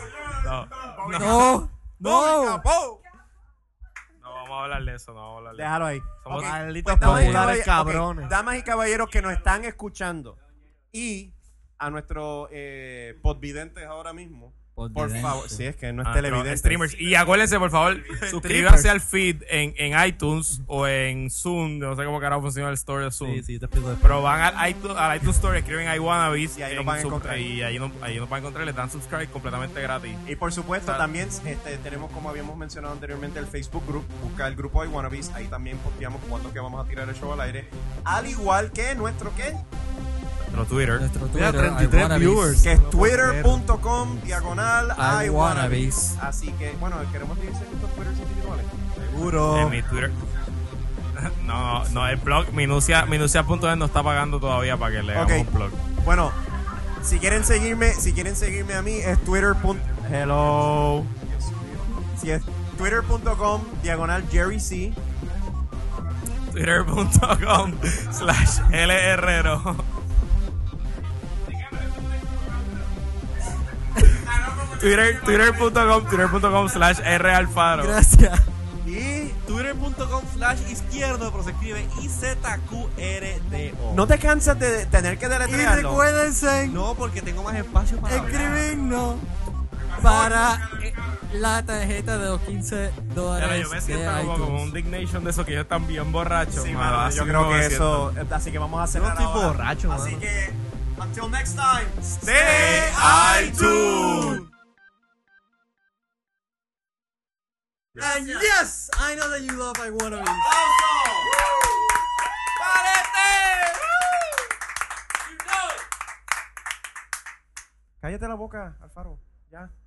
no. No, no. Capó. No vamos a hablar de eso, no vamos a hablar de eso. Déjalo ahí. Somos- Ok, pues, Malditos damas y populares caball- ok, cabrones. damas y caballeros que nos están escuchando y a nuestros eh, podvidentes ahora mismo. Por Podvidentes. favor, si es que no es Ah, televidente. no, streamers. Y acuérdense, por favor, suscríbanse al feed en, en iTunes o en Zoom. No sé cómo carajo funciona el store de Zoom. Sí, sí, te explico después. Pero van al iTunes, al iTunes Store, escriben I Wannabes Y ahí en nos van a sub- encontrar. Y ahí nos, ahí nos van a encontrar, les dan subscribe completamente gratis. Y por supuesto, Claro. también este, tenemos, como habíamos mencionado anteriormente, el Facebook Group. Busca el grupo de Wannabes. Ahí también posteamos cuándo es que vamos a tirar el show al aire. Al igual que nuestro que, Nuestro Twitter. Nuestro Mira, Twitter, 33 iWannabes. viewers. que es twitter.com diagonal I wannabes. Así que, bueno, queremos dividir nuestros Twitters individuales. En Seguro. mi Twitter. No, no, no, el blog minucia minucia.net no está pagando todavía para que le hagamos Ok. un blog. Bueno, si quieren seguirme, si quieren seguirme a mí es twitter. pun- Hello. Si es twitter.com diagonal Jerry C. Twitter.com slash LRero. Twitter, Twitter.com, Twitter.com slash R Alfaro. Gracias. Y Twitter.com slash izquierdo, pero se escribe IZQRDO. no te cansas de tener que Y deletrearlo. recuérdense No, porque tengo más espacio para hablar. escribirnos para eh, la tarjeta de los 15 Pero dólares yo me de siento como, como un iTunes. Dignation de esos que ellos están bien borrachos. Sí, mano. mano, Así yo mismo creo que me siento. eso. Así que vamos a hacer. estoy borracho, Así mano. que, until next time, Stay iTunes. And yes, I know that you love I wanna be. Cállate la boca, Alfaro. Ya.